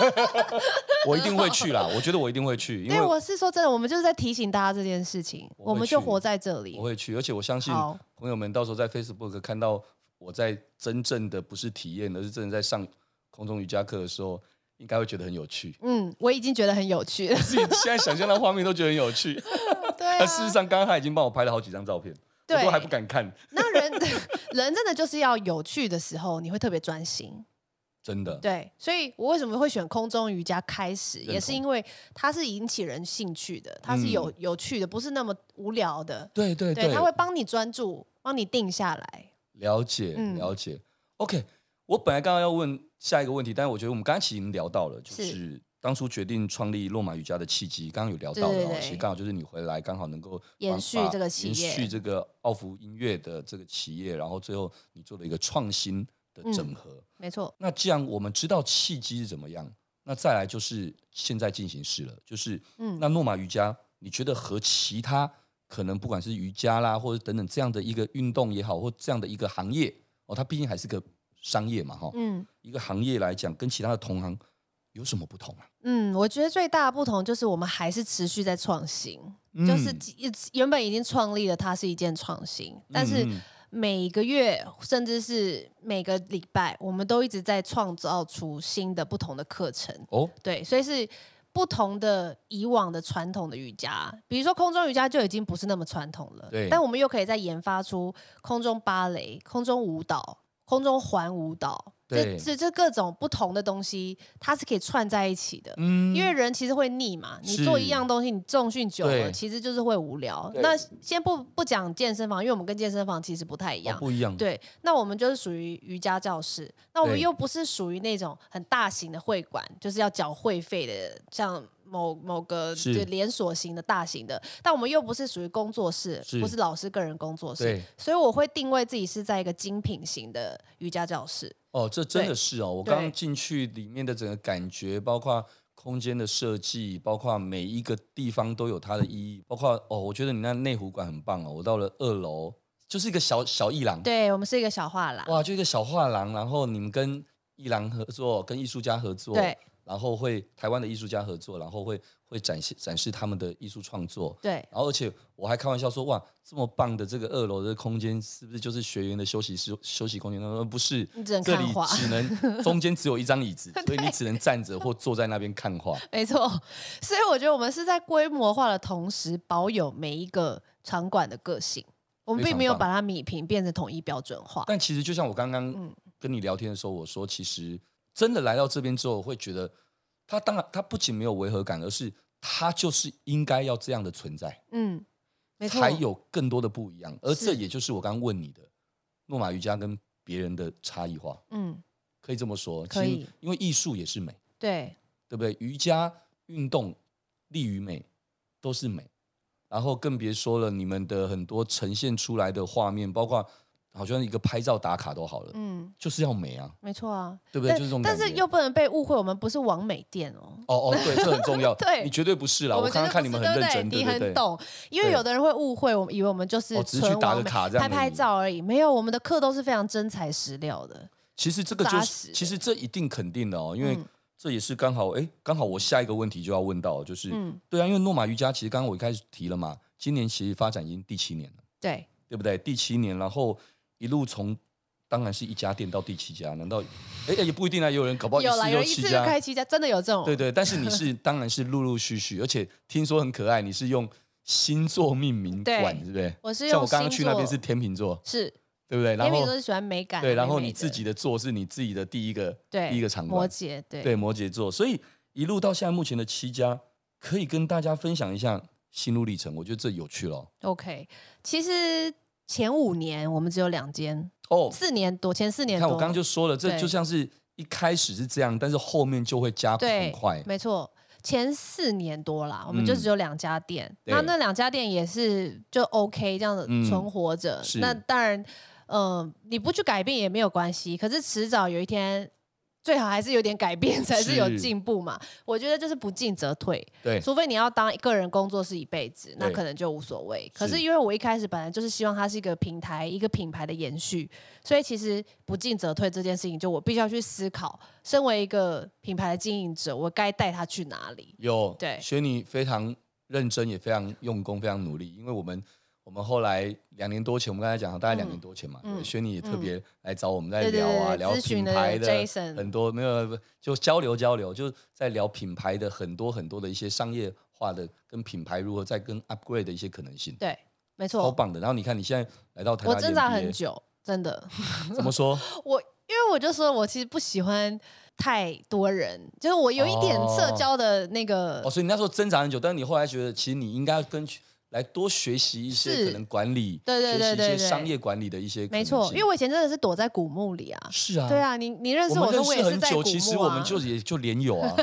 [SPEAKER 3] 我一定会去 啦。我觉得我一定会去，因
[SPEAKER 2] 对，
[SPEAKER 3] 为
[SPEAKER 2] 我是说真的，我们就是在提醒大家这件事情，
[SPEAKER 3] 我会
[SPEAKER 2] 我们就
[SPEAKER 3] 去
[SPEAKER 2] 活在这里
[SPEAKER 3] 我。会去，而且我相信
[SPEAKER 2] 好。
[SPEAKER 3] 朋友们到时候在 Facebook 看到我在真正的不是体验，而是真的在上空中瑜伽课的时候，应该会觉得很有趣
[SPEAKER 2] 嗯，我已经觉得很有趣了。
[SPEAKER 3] 自己现在想象那画面都觉得很有趣，
[SPEAKER 2] 对啊
[SPEAKER 3] 但事实上，刚刚他已经帮我拍了好几张照片，我
[SPEAKER 2] 对
[SPEAKER 3] 都还不敢看。
[SPEAKER 2] 那人人真的就是要有趣的时候，你会特别专心。
[SPEAKER 3] 真的，
[SPEAKER 2] 对，所以我为什么会选空中瑜伽开始，
[SPEAKER 3] 嗯认
[SPEAKER 2] 也是
[SPEAKER 3] 同
[SPEAKER 2] 因为它是引起人兴趣的，它是有、有趣的，不是那么无聊的。
[SPEAKER 3] 对哎对
[SPEAKER 2] 对，它会帮你专注，帮你定下来。
[SPEAKER 3] 了解
[SPEAKER 2] 嗯
[SPEAKER 3] 了解。OK，我本来刚刚要问下一个问题，但是我觉得我们刚才其实已经聊到了，就是是当初决定创立洛马瑜伽的契机，刚刚有聊到
[SPEAKER 2] 对对
[SPEAKER 3] 了哦，
[SPEAKER 2] 对
[SPEAKER 3] 其实刚好就是你回来刚好能够
[SPEAKER 2] 延
[SPEAKER 3] 帮
[SPEAKER 2] 续
[SPEAKER 3] 把
[SPEAKER 2] 这个企业
[SPEAKER 3] 延续这个奥福音乐的这个企业，然后最后你做了一个创新的
[SPEAKER 2] 嗯
[SPEAKER 3] 整合。
[SPEAKER 2] 没错，
[SPEAKER 3] 那这样我们知道契机是怎么样，那再来就是现在进行式了，就是
[SPEAKER 2] 嗯
[SPEAKER 3] 那诺玛瑜伽，你觉得和其他可能不管是瑜伽啦，或者等等这样的一个运动也好，或这样的一个行业哦，它毕竟还是个商业嘛哈，
[SPEAKER 2] 嗯
[SPEAKER 3] 一个行业来讲，跟其他的同行有什么不同啊？
[SPEAKER 2] 嗯，我觉得最大的不同就是我们还是持续在创新，就是
[SPEAKER 3] 嗯
[SPEAKER 2] 即原本已经创立了，它是一件创新，但是。
[SPEAKER 3] 嗯
[SPEAKER 2] 每个月甚至是每个礼拜，我们都一直在创造出新的不同的课程。
[SPEAKER 3] 哦，
[SPEAKER 2] 对，所以是不同的以往的传统的瑜伽，比如说空中瑜伽就已经不是那么传统了，
[SPEAKER 3] 对
[SPEAKER 2] 但我们又可以再研发出空中芭蕾、空中舞蹈、空中环舞蹈，这
[SPEAKER 3] 对
[SPEAKER 2] 这这各种不同的东西，它是可以串在一起的。
[SPEAKER 3] 嗯
[SPEAKER 2] 因为人其实会腻嘛，你做一
[SPEAKER 3] 是
[SPEAKER 2] 样东西，你重训久了，
[SPEAKER 3] 对
[SPEAKER 2] 其实就是会无聊。
[SPEAKER 3] 对
[SPEAKER 2] 那先不不讲健身房，因为我们跟健身房其实不太一样
[SPEAKER 3] 哦。不一样，
[SPEAKER 2] 对，那我们就是属于瑜伽教室，那我们
[SPEAKER 3] 对
[SPEAKER 2] 又不是属于那种很大型的会馆，就是要缴会费的，像某某个就是连锁型的大型的，但我们又不是属于工作室，
[SPEAKER 3] 是
[SPEAKER 2] 不是老师个人工作室，
[SPEAKER 3] 对
[SPEAKER 2] 所以我会定位自己是在一个精品型的瑜伽教室。
[SPEAKER 3] 哦，这真
[SPEAKER 2] 对
[SPEAKER 3] 的是哦，我
[SPEAKER 2] 对
[SPEAKER 3] 刚刚进去里面的整个感觉，包括空间的设计，包括每一个地方都有它的意义，包括哦，我觉得你那内湖馆很棒哦，我到了二楼就是一个小小艺廊，
[SPEAKER 2] 对我们是一个小画廊，
[SPEAKER 3] 哇，就一个小画廊，然后你们跟艺廊合作，跟艺术家合作，
[SPEAKER 2] 对，
[SPEAKER 3] 然后会台湾的艺术家合作，然后会会展现展示他们的艺术创作。
[SPEAKER 2] 对
[SPEAKER 3] 然后，而且我还开玩笑说，哇，这么棒的这个二楼的空间，是不是就是学员的休息室、休息空间？他说不是，
[SPEAKER 2] 你只能
[SPEAKER 3] 这
[SPEAKER 2] 看
[SPEAKER 3] 里
[SPEAKER 2] 画。
[SPEAKER 3] 只 能中间只有一张椅子，所以你只能站着或坐在那边看画。
[SPEAKER 2] 没错，所以我觉得我们是在规模化的同时，保有每一个场馆的个性。我们
[SPEAKER 3] 非
[SPEAKER 2] 并
[SPEAKER 3] 常
[SPEAKER 2] 没有
[SPEAKER 3] 棒
[SPEAKER 2] 把它米平，变成统一标准化。
[SPEAKER 3] 但其实就像我刚刚
[SPEAKER 2] 嗯
[SPEAKER 3] 跟你聊天的时候，我说，其实真的来到这边之后，我会觉得它当然它不仅没有违和感，而是它就是应该要这样的存在，
[SPEAKER 2] 嗯，没错，
[SPEAKER 3] 才有更多的不一样。而
[SPEAKER 2] 是
[SPEAKER 3] 这也就是我刚刚问你的诺玛瑜伽跟别人的差异化，
[SPEAKER 2] 嗯，
[SPEAKER 3] 可以这么说。
[SPEAKER 2] 可以
[SPEAKER 3] 其实因为艺术也是美，
[SPEAKER 2] 对，
[SPEAKER 3] 对不对？瑜伽、运动、力与美都是美，然后更别说了你们的很多呈现出来的画面，包括好像一个拍照打卡都好了，
[SPEAKER 2] 嗯，
[SPEAKER 3] 就是要美啊，
[SPEAKER 2] 没错啊，
[SPEAKER 3] 对不对？
[SPEAKER 2] 但
[SPEAKER 3] 就是这种
[SPEAKER 2] 但
[SPEAKER 3] 感
[SPEAKER 2] 是
[SPEAKER 3] 觉
[SPEAKER 2] 又不能被误会，我们不是完美店哦。
[SPEAKER 3] 哦哦，对，这很重要。
[SPEAKER 2] 对
[SPEAKER 3] 你绝对不是啦，
[SPEAKER 2] 们
[SPEAKER 3] 刚刚
[SPEAKER 2] 绝对
[SPEAKER 3] 看
[SPEAKER 2] 不
[SPEAKER 3] 你们
[SPEAKER 2] 是
[SPEAKER 3] 很
[SPEAKER 2] 对
[SPEAKER 3] 认
[SPEAKER 2] 不对
[SPEAKER 3] 真，对
[SPEAKER 2] 你
[SPEAKER 3] 对
[SPEAKER 2] 很
[SPEAKER 3] 对，
[SPEAKER 2] 懂，因为
[SPEAKER 3] 对
[SPEAKER 2] 有的人会误会我们，以为我们就是
[SPEAKER 3] 哦只是去
[SPEAKER 2] 纯
[SPEAKER 3] 打
[SPEAKER 2] 完
[SPEAKER 3] 个
[SPEAKER 2] 美
[SPEAKER 3] 卡这样
[SPEAKER 2] 拍
[SPEAKER 3] 而
[SPEAKER 2] 拍
[SPEAKER 3] 已
[SPEAKER 2] 照而已，没有，我们的课都是非常真材实料的。
[SPEAKER 3] 其实这个就
[SPEAKER 2] 扎
[SPEAKER 3] 是，
[SPEAKER 2] 实
[SPEAKER 3] 其实这一定肯定的哦，因为
[SPEAKER 2] 嗯
[SPEAKER 3] 这也是刚好，哎，刚好我下一个问题就要问到，就是，
[SPEAKER 2] 嗯
[SPEAKER 3] 对啊，因为诺玛瑜伽其实刚刚我一开始提了嘛，今年其实发展已经第七年了，
[SPEAKER 2] 对，
[SPEAKER 3] 对不对？第七年，然后一路从。当然是一家店到第七家，难道？哎、也不一定啊，也有人搞不好一
[SPEAKER 2] 有啦，
[SPEAKER 3] 次
[SPEAKER 2] 有
[SPEAKER 3] 就
[SPEAKER 2] 人一
[SPEAKER 3] 七
[SPEAKER 2] 次就
[SPEAKER 3] 家，
[SPEAKER 2] 开七家，真的有这种，
[SPEAKER 3] 对对。但是你是当然是陆陆续续， 而且听说很可爱，你是用星座命名
[SPEAKER 2] 对
[SPEAKER 3] 馆，对不对？
[SPEAKER 2] 我是
[SPEAKER 3] 像
[SPEAKER 2] 用
[SPEAKER 3] 我刚刚
[SPEAKER 2] 星
[SPEAKER 3] 去那边
[SPEAKER 2] 座
[SPEAKER 3] 是天秤座，
[SPEAKER 2] 是
[SPEAKER 3] 对不对？然
[SPEAKER 2] 天秤
[SPEAKER 3] 后
[SPEAKER 2] 座是喜欢美感啊，
[SPEAKER 3] 对，然
[SPEAKER 2] 美
[SPEAKER 3] 后
[SPEAKER 2] 美
[SPEAKER 3] 你自
[SPEAKER 2] 的
[SPEAKER 3] 己的座是你自己的第一个
[SPEAKER 2] 对
[SPEAKER 3] 第一个场
[SPEAKER 2] 摩
[SPEAKER 3] 馆，
[SPEAKER 2] 羯对
[SPEAKER 3] 对摩羯座，所以一路到现在目前的七家，可以跟大家分享一下心路历程，我觉得这有趣了哦
[SPEAKER 2] OK，其实前五年我们只有两间，
[SPEAKER 3] 哦。
[SPEAKER 2] 四年多前四
[SPEAKER 3] 你
[SPEAKER 2] 年
[SPEAKER 3] 看
[SPEAKER 2] 多，
[SPEAKER 3] 我刚刚就说了，这
[SPEAKER 2] 对
[SPEAKER 3] 就像是一开始是这样，但是后面就会加很
[SPEAKER 2] 对
[SPEAKER 3] 快，
[SPEAKER 2] 没错。前四年多啦，我们就
[SPEAKER 3] 嗯
[SPEAKER 2] 只有两家店，
[SPEAKER 3] 对
[SPEAKER 2] 那那两家店也是就 OK 这样子
[SPEAKER 3] 嗯
[SPEAKER 2] 存活着。
[SPEAKER 3] 是
[SPEAKER 2] 那当然，呃，你不去改变也没有关系，可是迟早有一天，最好还是有点改变 才是有
[SPEAKER 3] 是
[SPEAKER 2] 进步嘛。我觉得就是不进则退，
[SPEAKER 3] 对
[SPEAKER 2] 除非你要当个人工作室一辈子，那
[SPEAKER 3] 对
[SPEAKER 2] 可能就无所谓。可是
[SPEAKER 3] 是
[SPEAKER 2] 因为我一开始本来就是希望它是一个平台、一个品牌的延续，所以其实不进则退这件事情，就我必须要去思考，身为一个品牌的经营者，我该带它去哪里？
[SPEAKER 3] 有
[SPEAKER 2] 对
[SPEAKER 3] 学你非常认真，也非常用功，非常努力。因为我们我们后来两年多前，我们刚才讲，大概两年多前嘛，
[SPEAKER 2] 嗯
[SPEAKER 3] 对轩尼也特别来找我们在
[SPEAKER 2] 对对
[SPEAKER 3] 聊啊，
[SPEAKER 2] 对
[SPEAKER 3] 聊
[SPEAKER 2] 咨询
[SPEAKER 3] 品
[SPEAKER 2] 的
[SPEAKER 3] 牌的
[SPEAKER 2] Jason
[SPEAKER 3] 很多没有不就交流交流，就在聊品牌的很多很多的一些商业化的跟品牌如何在跟 upgrade 的一些可能性，
[SPEAKER 2] 对，没
[SPEAKER 3] 超
[SPEAKER 2] 错，
[SPEAKER 3] 棒的。然后你看你现在来到台
[SPEAKER 2] 我
[SPEAKER 3] 大
[SPEAKER 2] 挣扎
[SPEAKER 3] MBA
[SPEAKER 2] 很久，真的，
[SPEAKER 3] 怎么说？
[SPEAKER 2] 我因为我就说我其实不喜欢太多人，就是我有一点社交的那个，
[SPEAKER 3] 哦哦，所以你那时候挣扎很久，但是你后来觉得，其实你应该跟来多学习一些
[SPEAKER 2] 是
[SPEAKER 3] 可能管理，
[SPEAKER 2] 对对对
[SPEAKER 3] 学习
[SPEAKER 2] 对
[SPEAKER 3] 一些
[SPEAKER 2] 对
[SPEAKER 3] 商业管理的一些可
[SPEAKER 2] 没
[SPEAKER 3] 能
[SPEAKER 2] 错，
[SPEAKER 3] 性
[SPEAKER 2] 因为我以前真的是躲在古墓里啊。
[SPEAKER 3] 是啊，
[SPEAKER 2] 对。啊，你你认识
[SPEAKER 3] 我们
[SPEAKER 2] 的，
[SPEAKER 3] 认
[SPEAKER 2] 我
[SPEAKER 3] 识
[SPEAKER 2] 也是
[SPEAKER 3] 很
[SPEAKER 2] 在古墓
[SPEAKER 3] 久，
[SPEAKER 2] 啊。
[SPEAKER 3] 其实我 们就也就连友啊，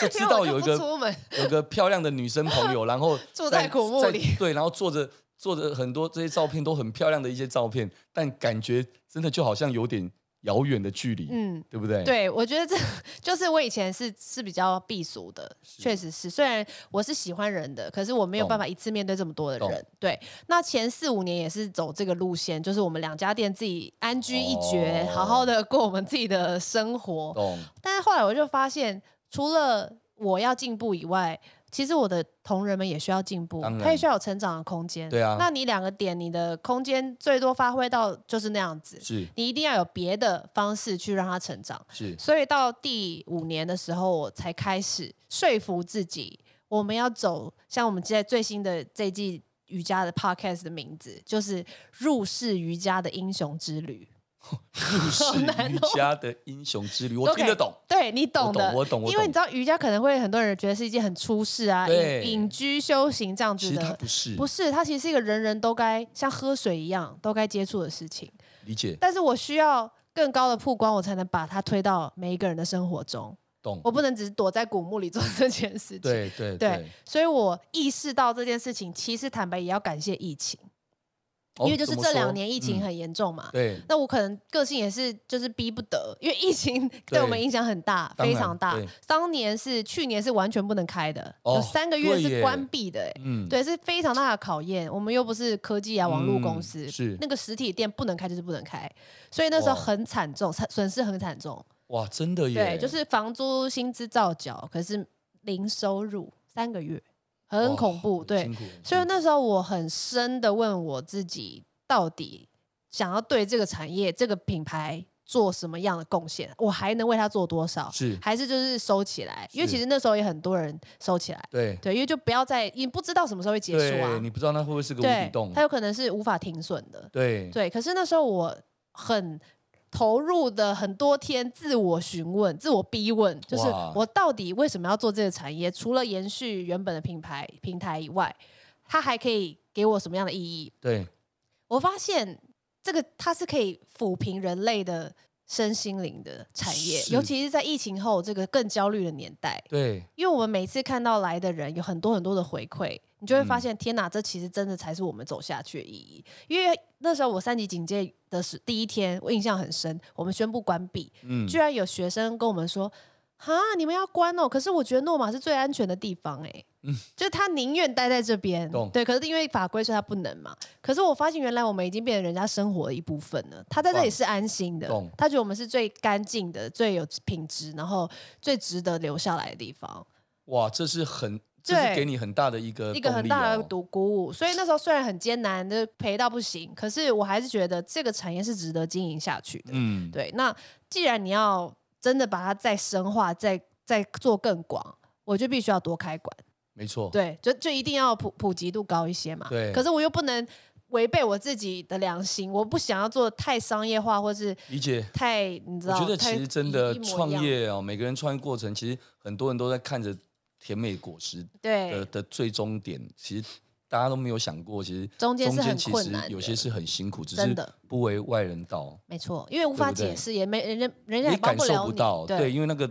[SPEAKER 3] 就知
[SPEAKER 2] 因为
[SPEAKER 3] 道
[SPEAKER 2] 我就
[SPEAKER 3] 有一
[SPEAKER 2] 不
[SPEAKER 3] 个
[SPEAKER 2] 出门，
[SPEAKER 3] 有个漂亮的女生朋友，然后
[SPEAKER 2] 住在古墓
[SPEAKER 3] 在
[SPEAKER 2] 里，
[SPEAKER 3] 对，然后做着做着很多这些照片都很漂亮的一些照片，但感觉真的就好像有点遥远的距离，
[SPEAKER 2] 嗯，
[SPEAKER 3] 对不对？，
[SPEAKER 2] 对，我觉得这就是我以前是是比较避俗的，确实是。虽然我是喜欢人的，可是我没有
[SPEAKER 3] 懂
[SPEAKER 2] 办法一次面对这么多的
[SPEAKER 3] 懂
[SPEAKER 2] 人。对，那前四五年也是走这个路线，就是我们两家店自己安居一角，
[SPEAKER 3] 哦
[SPEAKER 2] 好好的过我们自己的生活。
[SPEAKER 3] 懂
[SPEAKER 2] 但是后来我就发现，除了我要进步以外，其实我的同仁们也需要进步
[SPEAKER 3] 当，然
[SPEAKER 2] 他也需要有成长的空间。
[SPEAKER 3] 对啊
[SPEAKER 2] 那你两个点，你的空间最多发挥到就是那样子，
[SPEAKER 3] 是
[SPEAKER 2] 你一定要有别的方式去让他成长。
[SPEAKER 3] 是
[SPEAKER 2] 所以到第五年的时候，我才开始说服自己，我们要走像我们现在最新的这一季瑜伽的 podcast 的名字，就是入世瑜伽的英雄之旅。
[SPEAKER 3] 入世
[SPEAKER 2] 难
[SPEAKER 3] 瑜
[SPEAKER 2] 哦
[SPEAKER 3] 伽的英雄之旅，我听得懂，
[SPEAKER 2] 对你
[SPEAKER 3] 我
[SPEAKER 2] 懂的，
[SPEAKER 3] 我哦懂，我
[SPEAKER 2] 因为你
[SPEAKER 3] 懂
[SPEAKER 2] 知。道瑜伽可能会很多人觉得是一件很出世啊、
[SPEAKER 3] 对
[SPEAKER 2] 隐隐居修行这样
[SPEAKER 3] 其
[SPEAKER 2] 子
[SPEAKER 3] 实它
[SPEAKER 2] 的，
[SPEAKER 3] 不是，
[SPEAKER 2] 不是，它其实是一个人人都该像喝水一样都该接触的事 情。
[SPEAKER 3] 理解
[SPEAKER 2] 但是我需要更高的曝光，我才能把它推到每一个人的生活中。
[SPEAKER 3] 懂，
[SPEAKER 2] 我不能只是躲在古墓里做这件事情。，
[SPEAKER 3] 对
[SPEAKER 2] 对
[SPEAKER 3] 对对，
[SPEAKER 2] 所以我意识到这件事情，其实坦白也要感谢疫情，
[SPEAKER 3] 哦
[SPEAKER 2] 因为就是
[SPEAKER 3] 怎么
[SPEAKER 2] 这
[SPEAKER 3] 说
[SPEAKER 2] 两年疫情
[SPEAKER 3] 嗯
[SPEAKER 2] 很严重嘛。
[SPEAKER 3] 对，
[SPEAKER 2] 那我可能个性也是，就是逼不得，因为疫 情对我们影响很大，
[SPEAKER 3] 当然
[SPEAKER 2] 非常大
[SPEAKER 3] 对。
[SPEAKER 2] 当年是去年是完全不能开的，
[SPEAKER 3] 哦
[SPEAKER 2] 有三个月
[SPEAKER 3] 对耶
[SPEAKER 2] 是关闭的、哎，
[SPEAKER 3] 嗯，
[SPEAKER 2] 对，是非常大的考验。我们又不是科技啊，网络公司，
[SPEAKER 3] 嗯是
[SPEAKER 2] 那个实体店不能开就是不能开，所以那时候
[SPEAKER 3] 哇
[SPEAKER 2] 很惨重，惨损失很惨重。
[SPEAKER 3] 哇，真的耶，
[SPEAKER 2] 对，就是房租、薪资照缴，可是零收入三个月，很
[SPEAKER 3] 哇
[SPEAKER 2] 恐怖。
[SPEAKER 3] 很
[SPEAKER 2] 对
[SPEAKER 3] 辛，苦嗯很
[SPEAKER 2] 所以
[SPEAKER 3] 辛苦
[SPEAKER 2] 那时候我很深的问我自己，到底想要对这个产业、这个品牌做什么样的贡献？我还能为它做多少？
[SPEAKER 3] 是
[SPEAKER 2] 还是就是收起来？因为
[SPEAKER 3] 是
[SPEAKER 2] 其实那时候也很多人收起来，
[SPEAKER 3] 对
[SPEAKER 2] 对，因为就不要再，你不知道什么时候会结束
[SPEAKER 3] 对，
[SPEAKER 2] 啊
[SPEAKER 3] 你。不知道那会不会是个无底
[SPEAKER 2] 对，
[SPEAKER 3] 洞
[SPEAKER 2] 它，有可能是无法停损的。
[SPEAKER 3] 对
[SPEAKER 2] 对，可是那时候我很投入的很多天自我询问、自我逼问，就是
[SPEAKER 3] 哇
[SPEAKER 2] 我到底为什么要做这个产业？除了延续原本的品牌平台以外，它还可以给我什么样的意义？
[SPEAKER 3] 对，
[SPEAKER 2] 我发现这个它是可以抚平人类的。身心灵的产业，
[SPEAKER 3] 是
[SPEAKER 2] 尤其是在疫情后这个更焦虑的年代，
[SPEAKER 3] 对，
[SPEAKER 2] 因为我们每次看到来的人有很多很多的回馈，你就会发
[SPEAKER 3] 嗯
[SPEAKER 2] 现，天哪，这其实真的才是我们走下去的意义。因为那时候我三级警戒的是第一天，我印象很深，我们宣布关闭，
[SPEAKER 3] 嗯
[SPEAKER 2] 居然有学生跟我们说。哈，你们要关哦！可是我觉得诺马是最安全的地方哎、就是他宁愿待在这边
[SPEAKER 3] 嗯懂，
[SPEAKER 2] 对。可是因为法规说他不能嘛。可是我发现原来我们已经变成人家生活的一部分了。他在这里
[SPEAKER 3] 棒
[SPEAKER 2] 是安心的
[SPEAKER 3] 懂，
[SPEAKER 2] 他觉得我们是最干净的、最有品质，然后最值得留下来的地方。
[SPEAKER 3] 哇，这是很，这是
[SPEAKER 2] 对
[SPEAKER 3] 给你很大的一个
[SPEAKER 2] 一个
[SPEAKER 3] 动
[SPEAKER 2] 很
[SPEAKER 3] 力
[SPEAKER 2] 大的
[SPEAKER 3] 哦
[SPEAKER 2] 赌鼓舞，所以那时候虽然很艰难，就是赔到不行，可是我还是觉得这个产业是值得经营下去的。
[SPEAKER 3] 嗯，
[SPEAKER 2] 对，那既然你要真的把它再深化、再再做更广，我就必须要多开馆，
[SPEAKER 3] 没错，
[SPEAKER 2] 对，就就一定要普普及度高一些嘛。
[SPEAKER 3] 对
[SPEAKER 2] 可是我又不能违背我自己的良心，我不想要做得太商业化，或是
[SPEAKER 3] 理解。
[SPEAKER 2] 太你知
[SPEAKER 3] 我
[SPEAKER 2] 道？
[SPEAKER 3] 觉得
[SPEAKER 2] 太
[SPEAKER 3] 其实真
[SPEAKER 2] 一
[SPEAKER 3] 的
[SPEAKER 2] 一模一
[SPEAKER 3] 创
[SPEAKER 2] 样
[SPEAKER 3] 业哦，每个人创业过程，其实很多人都在看着甜美果实的
[SPEAKER 2] 对
[SPEAKER 3] 的最终点，其实大家都没有想过，其实
[SPEAKER 2] 中间
[SPEAKER 3] 中
[SPEAKER 2] 是
[SPEAKER 3] 间
[SPEAKER 2] 很
[SPEAKER 3] 其
[SPEAKER 2] 困
[SPEAKER 3] 实
[SPEAKER 2] 难的，
[SPEAKER 3] 有些是很辛苦，只
[SPEAKER 2] 真
[SPEAKER 3] 是
[SPEAKER 2] 的
[SPEAKER 3] 不为外人道，
[SPEAKER 2] 没错，因为无
[SPEAKER 3] 对
[SPEAKER 2] 法
[SPEAKER 3] 不对
[SPEAKER 2] 解释，也没人家人家
[SPEAKER 3] 你
[SPEAKER 2] 也帮
[SPEAKER 3] 感受
[SPEAKER 2] 了
[SPEAKER 3] 不
[SPEAKER 2] 你
[SPEAKER 3] 到，对，
[SPEAKER 2] 对
[SPEAKER 3] 因为那个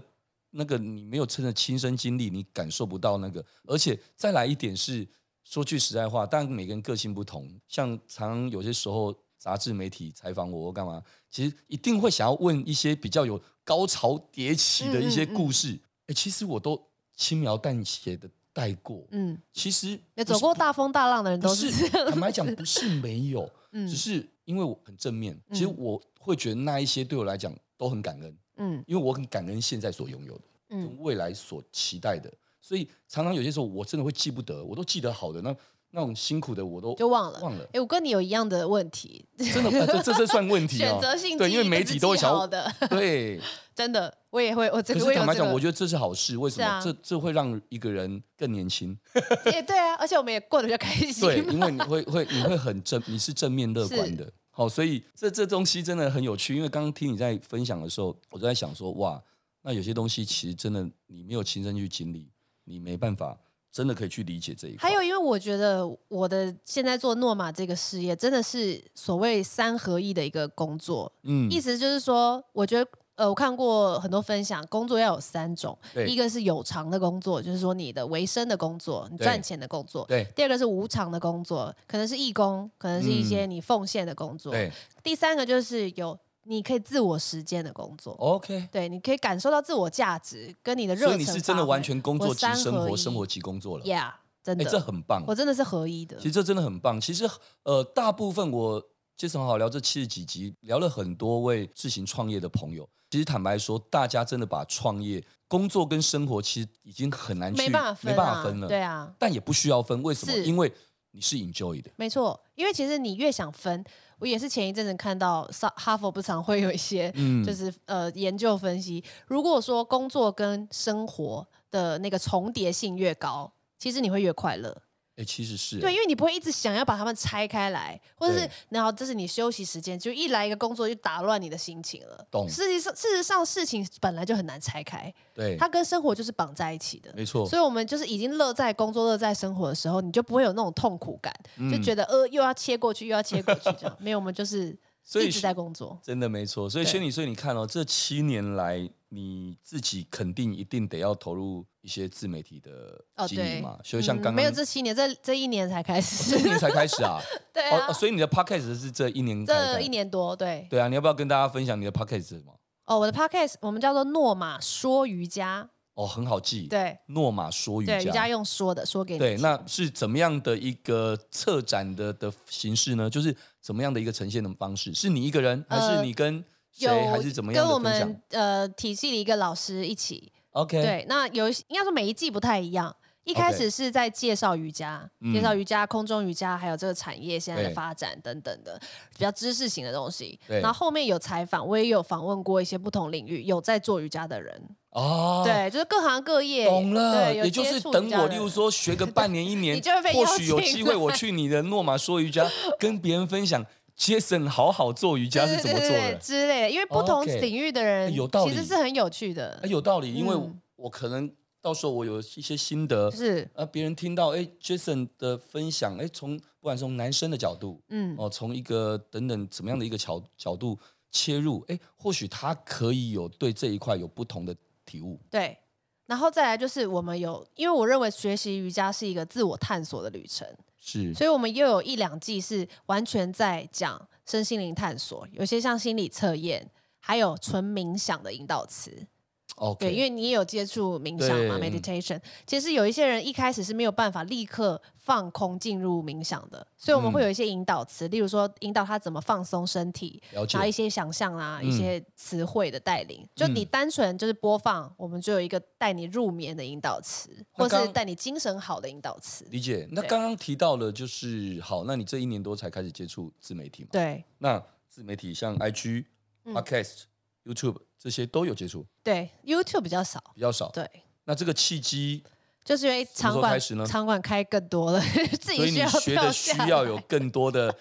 [SPEAKER 3] 那个你没有真的亲身经历，你感受不到那个。而且再来一点是，说句实在话，当然每个人个性不同，像常有些时候杂志媒体采访我或干嘛，其实一定会想要问一些比较有高潮迭起的一些
[SPEAKER 2] 嗯嗯嗯
[SPEAKER 3] 故事。哎、其实我都轻描淡写的带过，
[SPEAKER 2] 嗯。
[SPEAKER 3] 其实
[SPEAKER 2] 有
[SPEAKER 3] 不
[SPEAKER 2] 走
[SPEAKER 3] 是
[SPEAKER 2] 过大风大浪的人
[SPEAKER 3] 不
[SPEAKER 2] 都
[SPEAKER 3] 是
[SPEAKER 2] 是 这，样
[SPEAKER 3] 坦白讲，不是没有，
[SPEAKER 2] 嗯
[SPEAKER 3] 只是因为我很正面，其实
[SPEAKER 2] 嗯
[SPEAKER 3] 我会觉得那一些对我来讲都很感恩。
[SPEAKER 2] 嗯
[SPEAKER 3] 因为我很感恩现在所拥有的，
[SPEAKER 2] 嗯
[SPEAKER 3] 跟未来所期待的，所以常常有些时候我真的会记不得，我都记得好的，那那种辛苦的我都
[SPEAKER 2] 就忘了。
[SPEAKER 3] 忘了
[SPEAKER 2] 哎、，我跟你有一样的问题，
[SPEAKER 3] 真的，这这这算问题
[SPEAKER 2] 选
[SPEAKER 3] 哦。
[SPEAKER 2] 择性
[SPEAKER 3] 对，
[SPEAKER 2] 记忆
[SPEAKER 3] 因为媒
[SPEAKER 2] 跟
[SPEAKER 3] 体
[SPEAKER 2] 记
[SPEAKER 3] 都会想
[SPEAKER 2] 好
[SPEAKER 3] 要，
[SPEAKER 2] 的，
[SPEAKER 3] 对。
[SPEAKER 2] 真的，我也会，我这
[SPEAKER 3] 可
[SPEAKER 2] 个
[SPEAKER 3] 是
[SPEAKER 2] 我有
[SPEAKER 3] 坦白
[SPEAKER 2] 这
[SPEAKER 3] 讲，
[SPEAKER 2] 个
[SPEAKER 3] 我觉得这是好事，为什
[SPEAKER 2] 是啊
[SPEAKER 3] 么？这这会让一个人更年轻，
[SPEAKER 2] 也对啊，而且我们也过得比较开心
[SPEAKER 3] 对，
[SPEAKER 2] 嘛。
[SPEAKER 3] 因为你会会你会很正，你是正面乐观的。哦，所以这这东西真的很有趣，因为刚刚听你在分享的时候，我就在想说，哇，那有些东西其实真的你没有亲身去经历，你没办法真的可以去理解这一块。
[SPEAKER 2] 还有，因为我觉得我的现在做诺玛这个事业，真的是所谓三合一的一个工作，
[SPEAKER 3] 嗯
[SPEAKER 2] 意思就是说，我觉得。呃，我看过很多分享，工作要有三种，
[SPEAKER 3] 对
[SPEAKER 2] 一个是有偿的工作，就是说你的维生的工作，你
[SPEAKER 3] 对
[SPEAKER 2] 赚钱的工作；
[SPEAKER 3] 对
[SPEAKER 2] 第二个是无偿的工作，可能是义工，可能是一些你奉献的工作；
[SPEAKER 3] 嗯对
[SPEAKER 2] 第三个就是有你可以自我实践的工作，
[SPEAKER 3] ，OK，
[SPEAKER 2] 对，你可以感受到自我价值跟你的热
[SPEAKER 3] 哦所以
[SPEAKER 2] 忱发挥。
[SPEAKER 3] 你是真的完全工作及
[SPEAKER 2] 我三合
[SPEAKER 3] 生活，
[SPEAKER 2] 一
[SPEAKER 3] 生活及工作了。
[SPEAKER 2] ，Yeah，真
[SPEAKER 3] 哎、
[SPEAKER 2] 的，
[SPEAKER 3] 这很棒
[SPEAKER 2] 我。真的是合一的
[SPEAKER 3] 其。实这真的很棒。其实呃，大部分我杰森好好聊这七十几集，聊了很多位自行创业的朋友。其实坦白说，大家真的把创业、工作跟生活，其实已经很难去
[SPEAKER 2] 没办法分、啊，
[SPEAKER 3] 没办法分了。
[SPEAKER 2] 对啊，
[SPEAKER 3] 但也不需要分，为什么？
[SPEAKER 2] 是
[SPEAKER 3] 因为你是 enjoy 的。
[SPEAKER 2] 没错，因为其实你越想分，我也是前一阵子看到哈哈佛不常会有一些，
[SPEAKER 3] 嗯
[SPEAKER 2] 就是呃研究分析，如果说工作跟生活的那个重叠性越高，其实你会越快乐。
[SPEAKER 3] 哎，其实是
[SPEAKER 2] 对，因为你不会一直想要把它们拆开来，或者是
[SPEAKER 3] 对
[SPEAKER 2] 然后这是你休息时间，就一来一个工作就打乱你的心情了。
[SPEAKER 3] 懂
[SPEAKER 2] 事实上，事实上事情本来就很难拆开，
[SPEAKER 3] 对，
[SPEAKER 2] 它跟生活就是绑在一起的。
[SPEAKER 3] 没错，
[SPEAKER 2] 所以，我们就是已经乐在工作、乐在生活的时候，你就不会有那种痛苦感，
[SPEAKER 3] 嗯
[SPEAKER 2] 就觉得呃又要切过去，又要切过去这 样。没有，我们就是
[SPEAKER 3] 所以
[SPEAKER 2] 一直在工作。
[SPEAKER 3] 真的没错。所以
[SPEAKER 2] 对
[SPEAKER 3] 轩女，所以你看哦，这七年来你自己肯定一定得要投入一些自媒体的
[SPEAKER 2] 哦，
[SPEAKER 3] 经营
[SPEAKER 2] 对
[SPEAKER 3] 嘛，，所以像
[SPEAKER 2] 嗯
[SPEAKER 3] 刚刚哦
[SPEAKER 2] 没有这七年，这这一年才开始，
[SPEAKER 3] 今年才开始啊。
[SPEAKER 2] 对
[SPEAKER 3] 哦
[SPEAKER 2] 啊，
[SPEAKER 3] 哦，所以你的 podcast 是这一年开始
[SPEAKER 2] 这一年多，对
[SPEAKER 3] 对啊，你要不要跟大家分享你的 podcast 是什么？
[SPEAKER 2] 哦，我的 podcast 我们叫做诺玛说瑜伽，
[SPEAKER 3] 哦，很好记，，
[SPEAKER 2] 对，
[SPEAKER 3] 诺玛说瑜
[SPEAKER 2] 对，瑜伽
[SPEAKER 3] 伽，
[SPEAKER 2] 用说的，说给你
[SPEAKER 3] 对，
[SPEAKER 2] 听。
[SPEAKER 3] 那是怎么样的一个策展的的形式呢？就是怎么样的一个呈现的方式？是你一个人，还是
[SPEAKER 2] 呃
[SPEAKER 3] 你跟谁，
[SPEAKER 2] 有
[SPEAKER 3] 还是怎么样
[SPEAKER 2] 跟我
[SPEAKER 3] 的分享
[SPEAKER 2] 们呃体系里一个老师一起，
[SPEAKER 3] ？OK，
[SPEAKER 2] 对，那有一些应该说每一季不太一样。一开
[SPEAKER 3] OK
[SPEAKER 2] 始是在介绍瑜伽
[SPEAKER 3] 嗯
[SPEAKER 2] 介绍瑜伽、空中瑜伽，还有这个产业现在的
[SPEAKER 3] 对
[SPEAKER 2] 发展等等的比较知识型的东西。
[SPEAKER 3] 对
[SPEAKER 2] 然后后面有采访，我也有访问过一些不同领域有在做瑜伽的人，
[SPEAKER 3] 哦，。
[SPEAKER 2] 对，就是各行各业。
[SPEAKER 3] 懂了，
[SPEAKER 2] 对，有
[SPEAKER 3] 也就
[SPEAKER 2] 接
[SPEAKER 3] 是
[SPEAKER 2] 触瑜
[SPEAKER 3] 等
[SPEAKER 2] 伽的
[SPEAKER 3] 我，例如
[SPEAKER 2] 人
[SPEAKER 3] 说学个半年一年
[SPEAKER 2] 你就会，被
[SPEAKER 3] 或
[SPEAKER 2] 邀
[SPEAKER 3] 许有
[SPEAKER 2] 请
[SPEAKER 3] 机会
[SPEAKER 2] 来
[SPEAKER 3] 我去你的诺玛说瑜伽，跟别人分享 Jason 好好做瑜伽是怎么
[SPEAKER 2] 对对
[SPEAKER 3] 做
[SPEAKER 2] 对对
[SPEAKER 3] 的。
[SPEAKER 2] 之类的，因为不同
[SPEAKER 3] OK，哎
[SPEAKER 2] 领域的人
[SPEAKER 3] 有道理
[SPEAKER 2] 其实是很有趣的
[SPEAKER 3] 哎，，有道理，因为
[SPEAKER 2] 嗯
[SPEAKER 3] 我可能到时候我有一些心得，
[SPEAKER 2] 是
[SPEAKER 3] 呃，别人听到哎 Jason 的分享，哎，从不管从男生的角度，
[SPEAKER 2] 嗯
[SPEAKER 3] 哦、从一个等等怎么样的一个角角度切入，哎，或许他可以有对这一块有不同的体悟。
[SPEAKER 2] 对，然后再来就是我们有，因为我认为学习瑜伽是一个自我探索的旅程，
[SPEAKER 3] 是
[SPEAKER 2] 所以我们又有一两季是完全在讲身心灵探索，有些像心理测验，还有纯冥想的引导词。
[SPEAKER 3] ，OK，
[SPEAKER 2] 对，因为你也有接触冥想嘛
[SPEAKER 3] 对嗯
[SPEAKER 2] ，meditation。其实有一些人一开始是没有办法立刻放空进入冥想的，所以
[SPEAKER 3] 嗯
[SPEAKER 2] 我们会有一些引导词，例如说引导他怎么放松身体，
[SPEAKER 3] 了解
[SPEAKER 2] 然后一些想象啊，一
[SPEAKER 3] 嗯
[SPEAKER 2] 些词汇的带领。就你单纯就是播放，我们就有一个带你入眠的引导词，
[SPEAKER 3] 那
[SPEAKER 2] 或是
[SPEAKER 3] 刚
[SPEAKER 2] 带你精神好的引导词。
[SPEAKER 3] 理解。那
[SPEAKER 2] 对
[SPEAKER 3] 刚刚提到了就是好，那你这一年多才开始接触自媒体嘛？
[SPEAKER 2] 对
[SPEAKER 3] 那自媒体像 IG、
[SPEAKER 2] 嗯
[SPEAKER 3] Podcast、YouTube 这些都有接触，
[SPEAKER 2] 对，YouTube 比较少，
[SPEAKER 3] 比较少。
[SPEAKER 2] 对。
[SPEAKER 3] 那这个契机
[SPEAKER 2] 就是因为
[SPEAKER 3] 什么时
[SPEAKER 2] 场
[SPEAKER 3] 候
[SPEAKER 2] 馆
[SPEAKER 3] 开始呢
[SPEAKER 2] 场馆开更多了， 自己
[SPEAKER 3] 所以
[SPEAKER 2] 需
[SPEAKER 3] 你
[SPEAKER 2] 要
[SPEAKER 3] 学
[SPEAKER 2] 跳
[SPEAKER 3] 的
[SPEAKER 2] 下
[SPEAKER 3] 需
[SPEAKER 2] 来
[SPEAKER 3] 要有更多的，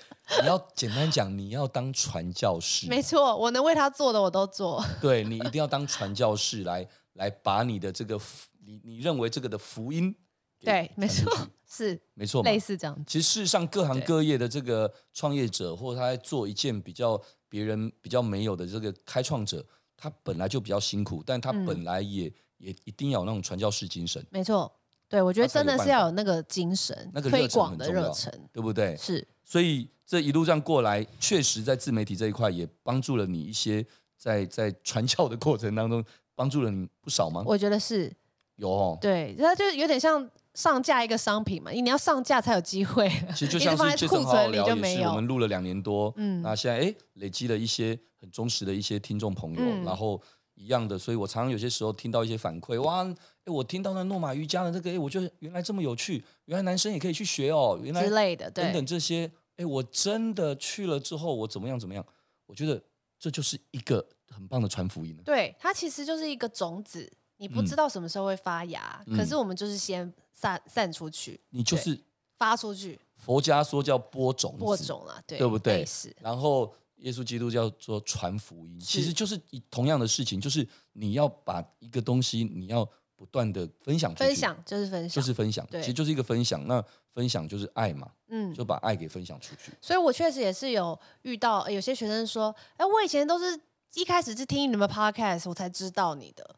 [SPEAKER 3] 你要简单讲，你要当传教士，
[SPEAKER 2] 没错，我能为他做的我都做。
[SPEAKER 3] 对你一定要当传教士来来把你的这个福你你认为这个的福音给
[SPEAKER 2] 对，没
[SPEAKER 3] 传出
[SPEAKER 2] 错
[SPEAKER 3] 去，
[SPEAKER 2] 是
[SPEAKER 3] 没错嘛
[SPEAKER 2] 类。似这样子。
[SPEAKER 3] 其实事实上，各行
[SPEAKER 2] 对
[SPEAKER 3] 各业的这个创业者，或者他在做一件比较别人比较没有的这个开创者，他本来就比较辛苦，但他
[SPEAKER 2] 嗯
[SPEAKER 3] 本来也、也一定要有那种传教士精神，
[SPEAKER 2] 没错，对我觉得
[SPEAKER 3] 他才
[SPEAKER 2] 真
[SPEAKER 3] 有
[SPEAKER 2] 的
[SPEAKER 3] 办
[SPEAKER 2] 是
[SPEAKER 3] 法
[SPEAKER 2] 要有那个精神，
[SPEAKER 3] 那个热
[SPEAKER 2] 推
[SPEAKER 3] 忱
[SPEAKER 2] 广
[SPEAKER 3] 很
[SPEAKER 2] 的
[SPEAKER 3] 重
[SPEAKER 2] 热
[SPEAKER 3] 要
[SPEAKER 2] 忱
[SPEAKER 3] 对不对？
[SPEAKER 2] 是
[SPEAKER 3] 所以这一路这样过来，确实在自媒体这一块也帮助了你一些在，在传教的过程当中帮助了你不少吗？
[SPEAKER 2] 我觉得是
[SPEAKER 3] 有哦，
[SPEAKER 2] 对，它就是有点像上架一个商品嘛，你要上架才有机会。
[SPEAKER 3] 其实就
[SPEAKER 2] 一直
[SPEAKER 3] 像
[SPEAKER 2] 放
[SPEAKER 3] 是
[SPEAKER 2] 在
[SPEAKER 3] 杰
[SPEAKER 2] 库
[SPEAKER 3] 森好好
[SPEAKER 2] 存里
[SPEAKER 3] 聊，
[SPEAKER 2] 就
[SPEAKER 3] 也
[SPEAKER 2] 没
[SPEAKER 3] 是
[SPEAKER 2] 有
[SPEAKER 3] 我们录了两年多，
[SPEAKER 2] 嗯
[SPEAKER 3] 那现在哎累积了一些很忠实的一些听众朋友，
[SPEAKER 2] 嗯
[SPEAKER 3] 然后一样的，所以我常常有些时候听到一些反馈，哇，哎我听到那诺玛瑜伽的这个，哎我觉得原来这么有趣，原来男生也可以去学哦，原来
[SPEAKER 2] 之类的，
[SPEAKER 3] 等
[SPEAKER 2] 对
[SPEAKER 3] 等这些，哎，我真的去了之后，我怎么样怎么样？我觉得这就是一个很棒的传福音了。
[SPEAKER 2] 对，它其实就是一个种子，你不
[SPEAKER 3] 嗯
[SPEAKER 2] 知道什么时候会发芽，
[SPEAKER 3] 嗯
[SPEAKER 2] 可是我们就是先散散出去，
[SPEAKER 3] 你就
[SPEAKER 2] 对
[SPEAKER 3] 是
[SPEAKER 2] 发出去，
[SPEAKER 3] 佛家说叫播种子，
[SPEAKER 2] 播种啦，对，
[SPEAKER 3] 对不对
[SPEAKER 2] 类似
[SPEAKER 3] 然后耶稣基督叫做传福音，其实就是以同样的事情，就是你要把一个东西，你要不断的分享出去，
[SPEAKER 2] 分享就是分
[SPEAKER 3] 就
[SPEAKER 2] 享，
[SPEAKER 3] 是分享，
[SPEAKER 2] 对
[SPEAKER 3] 其实就是一个分享。那分享就是爱嘛，
[SPEAKER 2] 嗯，
[SPEAKER 3] 就把爱给分享出去。
[SPEAKER 2] 所以我确实也是有遇到呃有些学生说，哎，我以前都是一开始是听你们 podcast 我才知道你的，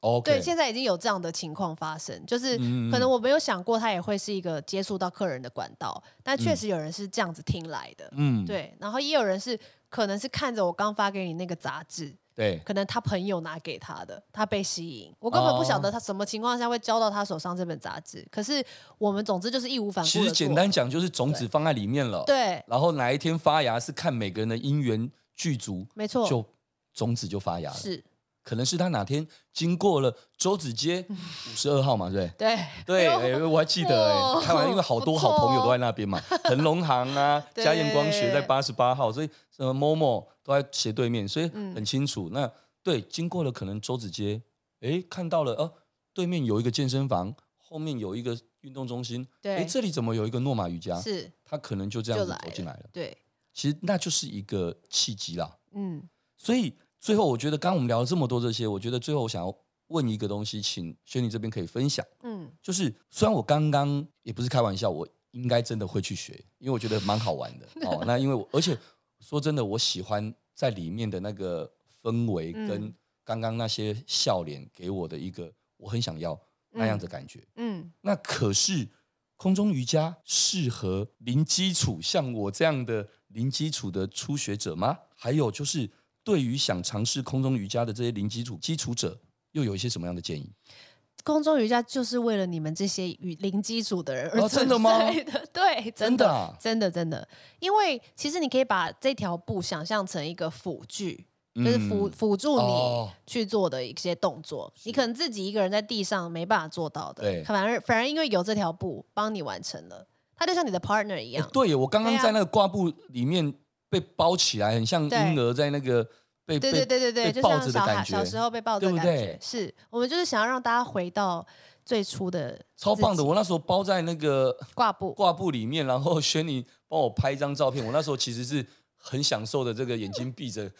[SPEAKER 3] OK，
[SPEAKER 2] 对，现在已经有这样的情况发生，就是
[SPEAKER 3] 嗯嗯
[SPEAKER 2] 可能
[SPEAKER 3] 嗯
[SPEAKER 2] 我没有想过它也会是一个接触到客人的管道，但确实有人是这样子听来的，
[SPEAKER 3] 嗯，
[SPEAKER 2] 对，然后也有人是可能是看着我刚发给你那个杂志，
[SPEAKER 3] 对
[SPEAKER 2] 可能他朋友拿给他的，他被吸引，我根本不晓得他什么情况下会交到他手上这本杂志，可是我们总之就是义无反顾，
[SPEAKER 3] 其实简单，讲就是种子放在里面了，，
[SPEAKER 2] 对，
[SPEAKER 3] 然后哪一天发芽是看每个人的因缘具足，
[SPEAKER 2] 没错，
[SPEAKER 3] 就种子就发芽了。
[SPEAKER 2] 是。
[SPEAKER 3] 可能是他哪天经过了周子街五十二号嘛，对不对？
[SPEAKER 2] 对
[SPEAKER 3] 对，
[SPEAKER 2] 哎
[SPEAKER 3] 哎、
[SPEAKER 2] 呦
[SPEAKER 3] 我还记得哎、
[SPEAKER 2] 哇
[SPEAKER 3] 开玩笑，因为好多
[SPEAKER 2] 不错
[SPEAKER 3] 好朋友
[SPEAKER 2] 哦
[SPEAKER 3] 都在那边嘛，恒隆行啊，
[SPEAKER 2] 对
[SPEAKER 3] 嘉燕光学在八十八号，所以什么 Momo 都在斜对面，所以
[SPEAKER 2] 嗯
[SPEAKER 3] 很清楚。那对，经过了可能周子街，哎，看到了哦、呃对面有一个健身房，后面有一个运动中心，
[SPEAKER 2] 对
[SPEAKER 3] 哎，这里怎么有一个诺玛瑜伽？
[SPEAKER 2] 是，
[SPEAKER 3] 他可能就这样
[SPEAKER 2] 就
[SPEAKER 3] 子
[SPEAKER 2] 来
[SPEAKER 3] 走进
[SPEAKER 2] 了
[SPEAKER 3] 来了。
[SPEAKER 2] 对，
[SPEAKER 3] 其实那就是一个契机啦。
[SPEAKER 2] 嗯，
[SPEAKER 3] 所以最后，我觉得刚刚我们聊了这么多这些，我觉得最后我想要问一个东西，请轩尼这边可以分享。
[SPEAKER 2] 嗯，
[SPEAKER 3] 就是虽然我刚刚也不是开玩笑，我应该真的会去学，因为我觉得蛮好玩的哦。那因为我而且说真的，我喜欢在里面的那个氛围
[SPEAKER 2] 嗯
[SPEAKER 3] 跟刚刚那些笑脸给我的一个我很想要那样的感觉。
[SPEAKER 2] 嗯，
[SPEAKER 3] 那可是空中瑜伽适合零基础像我这样的零基础的初学者吗？还有就是对于想尝试空中瑜伽的这些零基础基础者，又有一些什么样的建议？
[SPEAKER 2] 空中瑜伽就是为了你们这些与零基础的人而
[SPEAKER 3] 哦
[SPEAKER 2] 存
[SPEAKER 3] 真的吗
[SPEAKER 2] 在的对，
[SPEAKER 3] 真
[SPEAKER 2] 真
[SPEAKER 3] 的
[SPEAKER 2] 的，
[SPEAKER 3] 啊
[SPEAKER 2] 真的，真的，因为其实你可以把这条布想象成一个辅具，啊就是辅
[SPEAKER 3] 嗯
[SPEAKER 2] 辅助你
[SPEAKER 3] 哦
[SPEAKER 2] 去做的一些动作，你可能自己一个人在地上没办法做到
[SPEAKER 3] 对
[SPEAKER 2] 的，反而反而因为有这条布帮你完成了，它就像你的 partner 一
[SPEAKER 3] 欸
[SPEAKER 2] 样，
[SPEAKER 3] 对耶，我刚刚
[SPEAKER 2] 对啊
[SPEAKER 3] 在那个挂布里面被包起来，很像
[SPEAKER 2] 对
[SPEAKER 3] 婴儿在那个被
[SPEAKER 2] 对
[SPEAKER 3] 被
[SPEAKER 2] 对对对对，
[SPEAKER 3] 被
[SPEAKER 2] 就
[SPEAKER 3] 抱
[SPEAKER 2] 像
[SPEAKER 3] 着的
[SPEAKER 2] 小
[SPEAKER 3] 感
[SPEAKER 2] 孩
[SPEAKER 3] 觉，
[SPEAKER 2] 小时候被抱着的
[SPEAKER 3] 对
[SPEAKER 2] 感
[SPEAKER 3] 不
[SPEAKER 2] 觉，
[SPEAKER 3] 对
[SPEAKER 2] 是我们就是想要让大家回到最初的
[SPEAKER 3] 超棒
[SPEAKER 2] 自
[SPEAKER 3] 的。
[SPEAKER 2] 己
[SPEAKER 3] 我那时候包在那个
[SPEAKER 2] 挂布，
[SPEAKER 3] 挂布里面，然后轩尼帮我拍一张照片。我那时候其实是很享受的，这个眼睛闭 着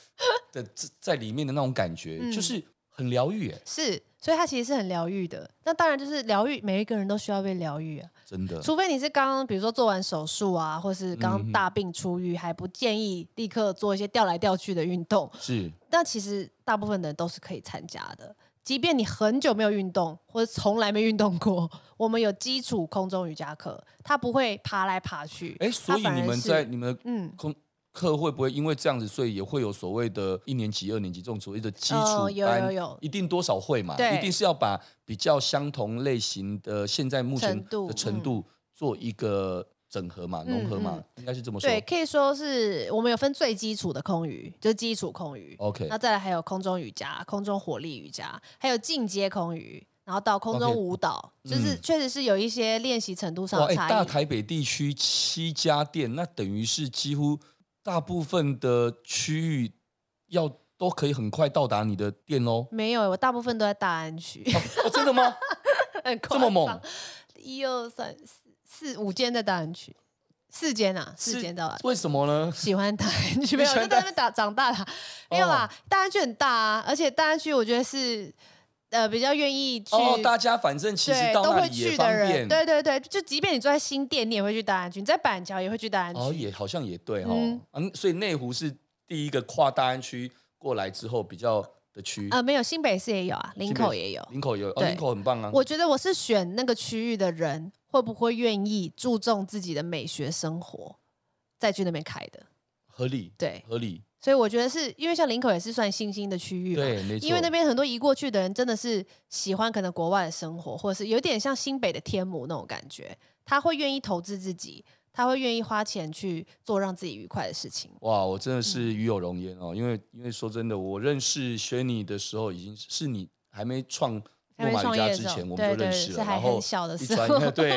[SPEAKER 3] 的在在里面的那种感觉，
[SPEAKER 2] 嗯
[SPEAKER 3] 就是很疗愈，哎，
[SPEAKER 2] 是，所以它其实是很疗愈的。那当然就是疗愈，每一个人都需要被疗愈啊，
[SPEAKER 3] 真的。
[SPEAKER 2] 除非你是刚刚比如说做完手术啊，或是
[SPEAKER 3] 嗯哼
[SPEAKER 2] 刚大病初愈，还不建议立刻做一些调来调去的运动。
[SPEAKER 3] 是
[SPEAKER 2] 但其实大部分的人都是可以参加的。即便你很久没有运动，或者从来没运动过，我们有基础空中瑜伽课，它不会爬来爬去。
[SPEAKER 3] 哎，所以
[SPEAKER 2] 反而
[SPEAKER 3] 你们
[SPEAKER 2] 是
[SPEAKER 3] 在你们的
[SPEAKER 2] 嗯，
[SPEAKER 3] 空课会不会因为这样子，所以也会有所谓的一年级、二年级这种所谓的基础班？
[SPEAKER 2] 哦有有有
[SPEAKER 3] 一定多少会嘛？
[SPEAKER 2] 对
[SPEAKER 3] 一定是要把比较相同类型的现在目前
[SPEAKER 2] 程度嗯
[SPEAKER 3] 的程度做一个整合嘛、融合嘛，应该是这么说。
[SPEAKER 2] 对，可以说是我们有分最基础的空余，就是基础空余。
[SPEAKER 3] OK，
[SPEAKER 2] 那再来还有空中瑜伽、空中火力瑜伽，还有进阶空余，然后到空中
[SPEAKER 3] OK
[SPEAKER 2] 舞蹈就是
[SPEAKER 3] 嗯
[SPEAKER 2] 确实是有一些练习程度上
[SPEAKER 3] 哇，
[SPEAKER 2] 的
[SPEAKER 3] 哎，
[SPEAKER 2] 差
[SPEAKER 3] 大
[SPEAKER 2] 异。。
[SPEAKER 3] 台北地区七家店，那等于是几乎大部分的区域要都可以很快到达你的店哦
[SPEAKER 2] 没有，我大部分都在大安区，
[SPEAKER 3] 哦，真的吗？
[SPEAKER 2] 很
[SPEAKER 3] 这么猛
[SPEAKER 2] 夸张，一二三四四五间在大安区，四间啊，四间到了
[SPEAKER 3] 是。为什么呢？
[SPEAKER 2] 喜欢大安 区，没有
[SPEAKER 3] 喜欢
[SPEAKER 2] 就在那边打长大的，没有啦
[SPEAKER 3] 哦。
[SPEAKER 2] 大安区很大啊，而且大安区我觉得是呃比较愿意去
[SPEAKER 3] 哦，大家反正其实
[SPEAKER 2] 对，
[SPEAKER 3] 到
[SPEAKER 2] 都
[SPEAKER 3] 那
[SPEAKER 2] 会
[SPEAKER 3] 里也
[SPEAKER 2] 去
[SPEAKER 3] 方
[SPEAKER 2] 的
[SPEAKER 3] 便
[SPEAKER 2] 人，，对对对，就即便你住在新店，你也会去大安区；你在板桥也会去大安区。
[SPEAKER 3] 哦，也好像也对哦，
[SPEAKER 2] 嗯
[SPEAKER 3] 嗯、所以内湖是第一个跨大安区过来之后比较的区，
[SPEAKER 2] 呃，没有，新北市也有啊，林口
[SPEAKER 3] 新北
[SPEAKER 2] 也有。
[SPEAKER 3] 林口有，哦，
[SPEAKER 2] 对
[SPEAKER 3] 林口很棒啊，
[SPEAKER 2] 我觉得我是选那个区域的人，会不会愿意注重自己的美学生活，再去那边开的？
[SPEAKER 3] 合理，
[SPEAKER 2] 对，
[SPEAKER 3] 合理，
[SPEAKER 2] 所以我觉得是因为像林口也是算新兴的区域嘛，
[SPEAKER 3] 对，没错，
[SPEAKER 2] 因为那边很多移过去的人真的是喜欢可能国外的生活，或者是有点像新北的天母那种感觉，他会愿意投资自己，他会愿意花钱去做让自己愉快的事情。
[SPEAKER 3] 哇，我
[SPEAKER 2] 嗯
[SPEAKER 3] 真的是与有荣焉哦，因为因为说真的，我认识轩尼的时候，已经是是你还没创。
[SPEAKER 2] 还
[SPEAKER 3] 诺
[SPEAKER 2] 没
[SPEAKER 3] 玛瑜
[SPEAKER 2] 创
[SPEAKER 3] 伽
[SPEAKER 2] 业的
[SPEAKER 3] 之
[SPEAKER 2] 时候
[SPEAKER 3] 前我
[SPEAKER 2] 对
[SPEAKER 3] 们就认
[SPEAKER 2] 对
[SPEAKER 3] 识了，
[SPEAKER 2] 是还
[SPEAKER 3] 然后
[SPEAKER 2] 很小的
[SPEAKER 3] 一
[SPEAKER 2] 时
[SPEAKER 3] 转
[SPEAKER 2] 候
[SPEAKER 3] 对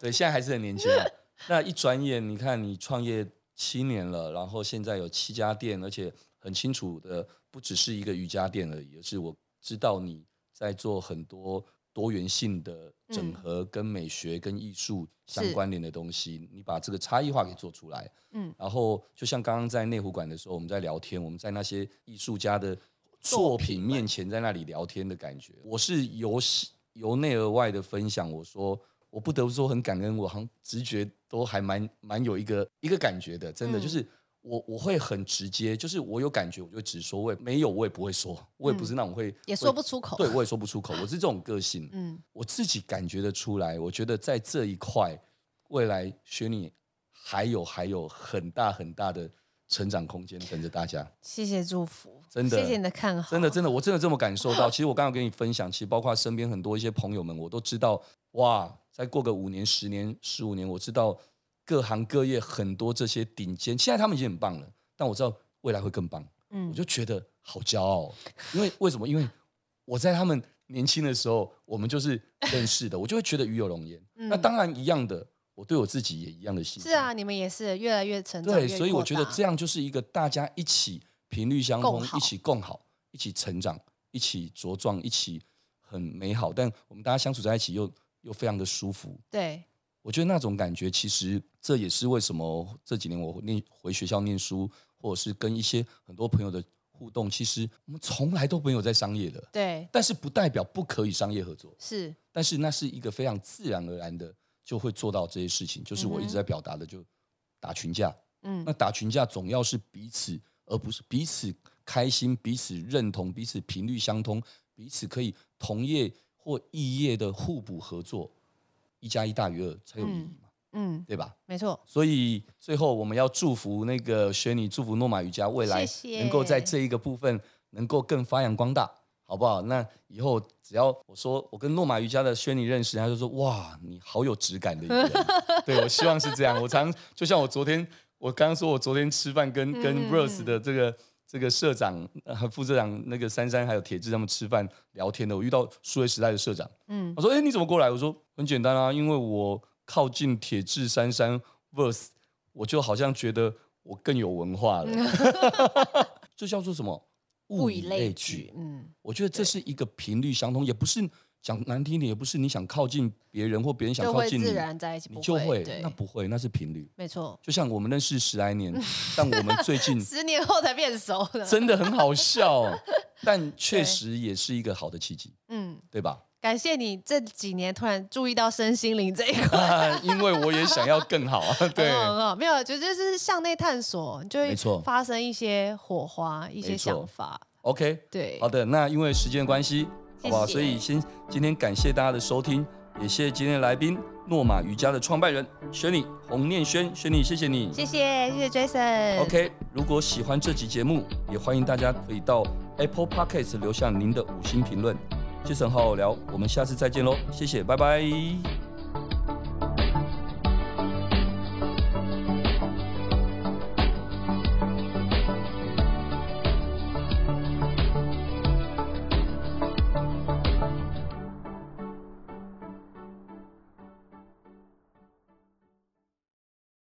[SPEAKER 3] 对，现在还是很年 轻啊。那一转眼，你看你创业七年了，然后现在有七家店，而且很清楚的，不只是一个瑜伽店而已，而是我知道你在做很多多元性的整合跟美学跟艺术相
[SPEAKER 2] 嗯是
[SPEAKER 3] 关联的东西，你把这个差异化给做出来。
[SPEAKER 2] 嗯，
[SPEAKER 3] 然后就像刚刚在内湖馆的时候，我们在聊天，我们在那些艺术家的作品面前，在那里聊天的感觉，我是由喜由内而外的分享。我说，我不得不说很感恩，我好像直觉都还蛮蛮有一个一个感觉的，真的、
[SPEAKER 2] 嗯
[SPEAKER 3] 就是。我我会很直接，就是我有感觉我就直说，我也没有我也不会说，我也不是那种会、
[SPEAKER 2] 嗯也说不出口。啊
[SPEAKER 3] 对，我也说不出口，我是这种个性，
[SPEAKER 2] 嗯，
[SPEAKER 3] 我自己感觉得出来。我觉得在这一块，未来学你还有还有很大很大的成长空间等着大家。
[SPEAKER 2] 谢谢祝福，
[SPEAKER 3] 真的
[SPEAKER 2] 谢谢你的看好，
[SPEAKER 3] 真的，真的，我真的这么感受到。其实我刚刚跟你分享，其实包括身边很多一些朋友们，我都知道，哇，再过个五年、十年、十五年，我知道各行各业很多这些顶尖，现在他们已经很棒了，但我知道未来会更棒。我
[SPEAKER 2] 嗯，
[SPEAKER 3] 就觉得好骄傲哦，因为为什么？因为我在他们年轻的时候，我们就是认识的，我就会觉得与有荣焉。
[SPEAKER 2] 嗯
[SPEAKER 3] 那当然一样的，我对我自己也一样的信
[SPEAKER 2] 是啊，你们也是越来越成长，
[SPEAKER 3] 对，
[SPEAKER 2] 越
[SPEAKER 3] 所以我觉得
[SPEAKER 2] 扩大
[SPEAKER 3] 这样就是一个大家一起频率相
[SPEAKER 2] 共
[SPEAKER 3] 通，
[SPEAKER 2] 好
[SPEAKER 3] 一起共好，一起成长，一起茁壮，一起很美好。但我们大家相处在一起又又非常的舒服，
[SPEAKER 2] 对，
[SPEAKER 3] 我觉得那种感觉，其实这也是为什么这几年我念回学校念书，或者是跟一些很多朋友的互动，其实我们从来都没有在商业的，
[SPEAKER 2] 对，
[SPEAKER 3] 但是不代表不可以商业合作，
[SPEAKER 2] 是，
[SPEAKER 3] 但是那是一个非常自然而然的就会做到这些事情，就是我一
[SPEAKER 2] 嗯
[SPEAKER 3] 直
[SPEAKER 2] 哼
[SPEAKER 3] 在表达的，就打群架。
[SPEAKER 2] 嗯
[SPEAKER 3] 那，打群架总要是彼此，而不是彼此开心、彼此认同、彼此频率相通、彼此可以同业或异业的互补合作，一加一大于二才有意义嘛，
[SPEAKER 2] 嗯，
[SPEAKER 3] 对吧？
[SPEAKER 2] 没错，
[SPEAKER 3] 所以最后我们要祝福那个轩尼，祝福诺玛瑜伽未来
[SPEAKER 2] 谢谢
[SPEAKER 3] 能够在这一个部分能够更发扬光大，好不好？那以后只要我说我跟诺玛瑜伽的轩尼认识，他就说哇，你好有质感的一个人。对我希望是这样。我常就像我昨天，我刚刚说我昨天吃饭跟
[SPEAKER 2] 嗯
[SPEAKER 3] 跟
[SPEAKER 2] 嗯
[SPEAKER 3] Rose
[SPEAKER 2] 嗯
[SPEAKER 3] 的这个。这个社长、呃副社长、那个珊珊还有铁志他们吃饭聊天的，我遇到数位时代的社长，
[SPEAKER 2] 嗯
[SPEAKER 3] 我说：“哎、你怎么过来？”我说：“很简单啊，因为我靠近铁质三山 verse，我就好像觉得我更有文化了。 这叫做什么？
[SPEAKER 2] 物以类聚，。嗯，
[SPEAKER 3] 我觉得这是一个频率相通，也不是讲难听一点，也不是你想靠近别人或别人想
[SPEAKER 2] 就
[SPEAKER 3] 靠
[SPEAKER 2] 会
[SPEAKER 3] 近你
[SPEAKER 2] 自，然在一起，
[SPEAKER 3] 你
[SPEAKER 2] 不
[SPEAKER 3] 就会。
[SPEAKER 2] 对
[SPEAKER 3] 那，不会，那是频率。
[SPEAKER 2] 没错，
[SPEAKER 3] 就像我们认识十 来年，但我们最近
[SPEAKER 2] 十年后才变熟的，
[SPEAKER 3] 真的很 好笑，但确实也是一个好的契机，
[SPEAKER 2] 嗯，
[SPEAKER 3] 对 吧？
[SPEAKER 2] 感谢你这几年突然注意到身心灵这一块。
[SPEAKER 3] 啊，因为我也想要更好 啊， 对
[SPEAKER 2] 很。好很好，没有，就就是向内探索，你就
[SPEAKER 3] 没
[SPEAKER 2] 会
[SPEAKER 3] 错
[SPEAKER 2] 发生一些火花，一
[SPEAKER 3] 没
[SPEAKER 2] 些
[SPEAKER 3] 错
[SPEAKER 2] 想法。
[SPEAKER 3] OK，
[SPEAKER 2] 对，
[SPEAKER 3] 好的，那因为时间关系，好不好？
[SPEAKER 2] 谢谢
[SPEAKER 3] 所以先今天感谢大家的收听，也谢谢今天的来宾诺玛瑜伽的创办人轩尼洪念轩，轩尼，谢谢你。
[SPEAKER 2] 谢谢，谢谢 Jason。
[SPEAKER 3] OK，如果喜欢这期节目，也欢迎大家可以到 Apple Podcast 留下您的五星评论。杰森好好聊，我们下次再见喽，谢谢，拜拜。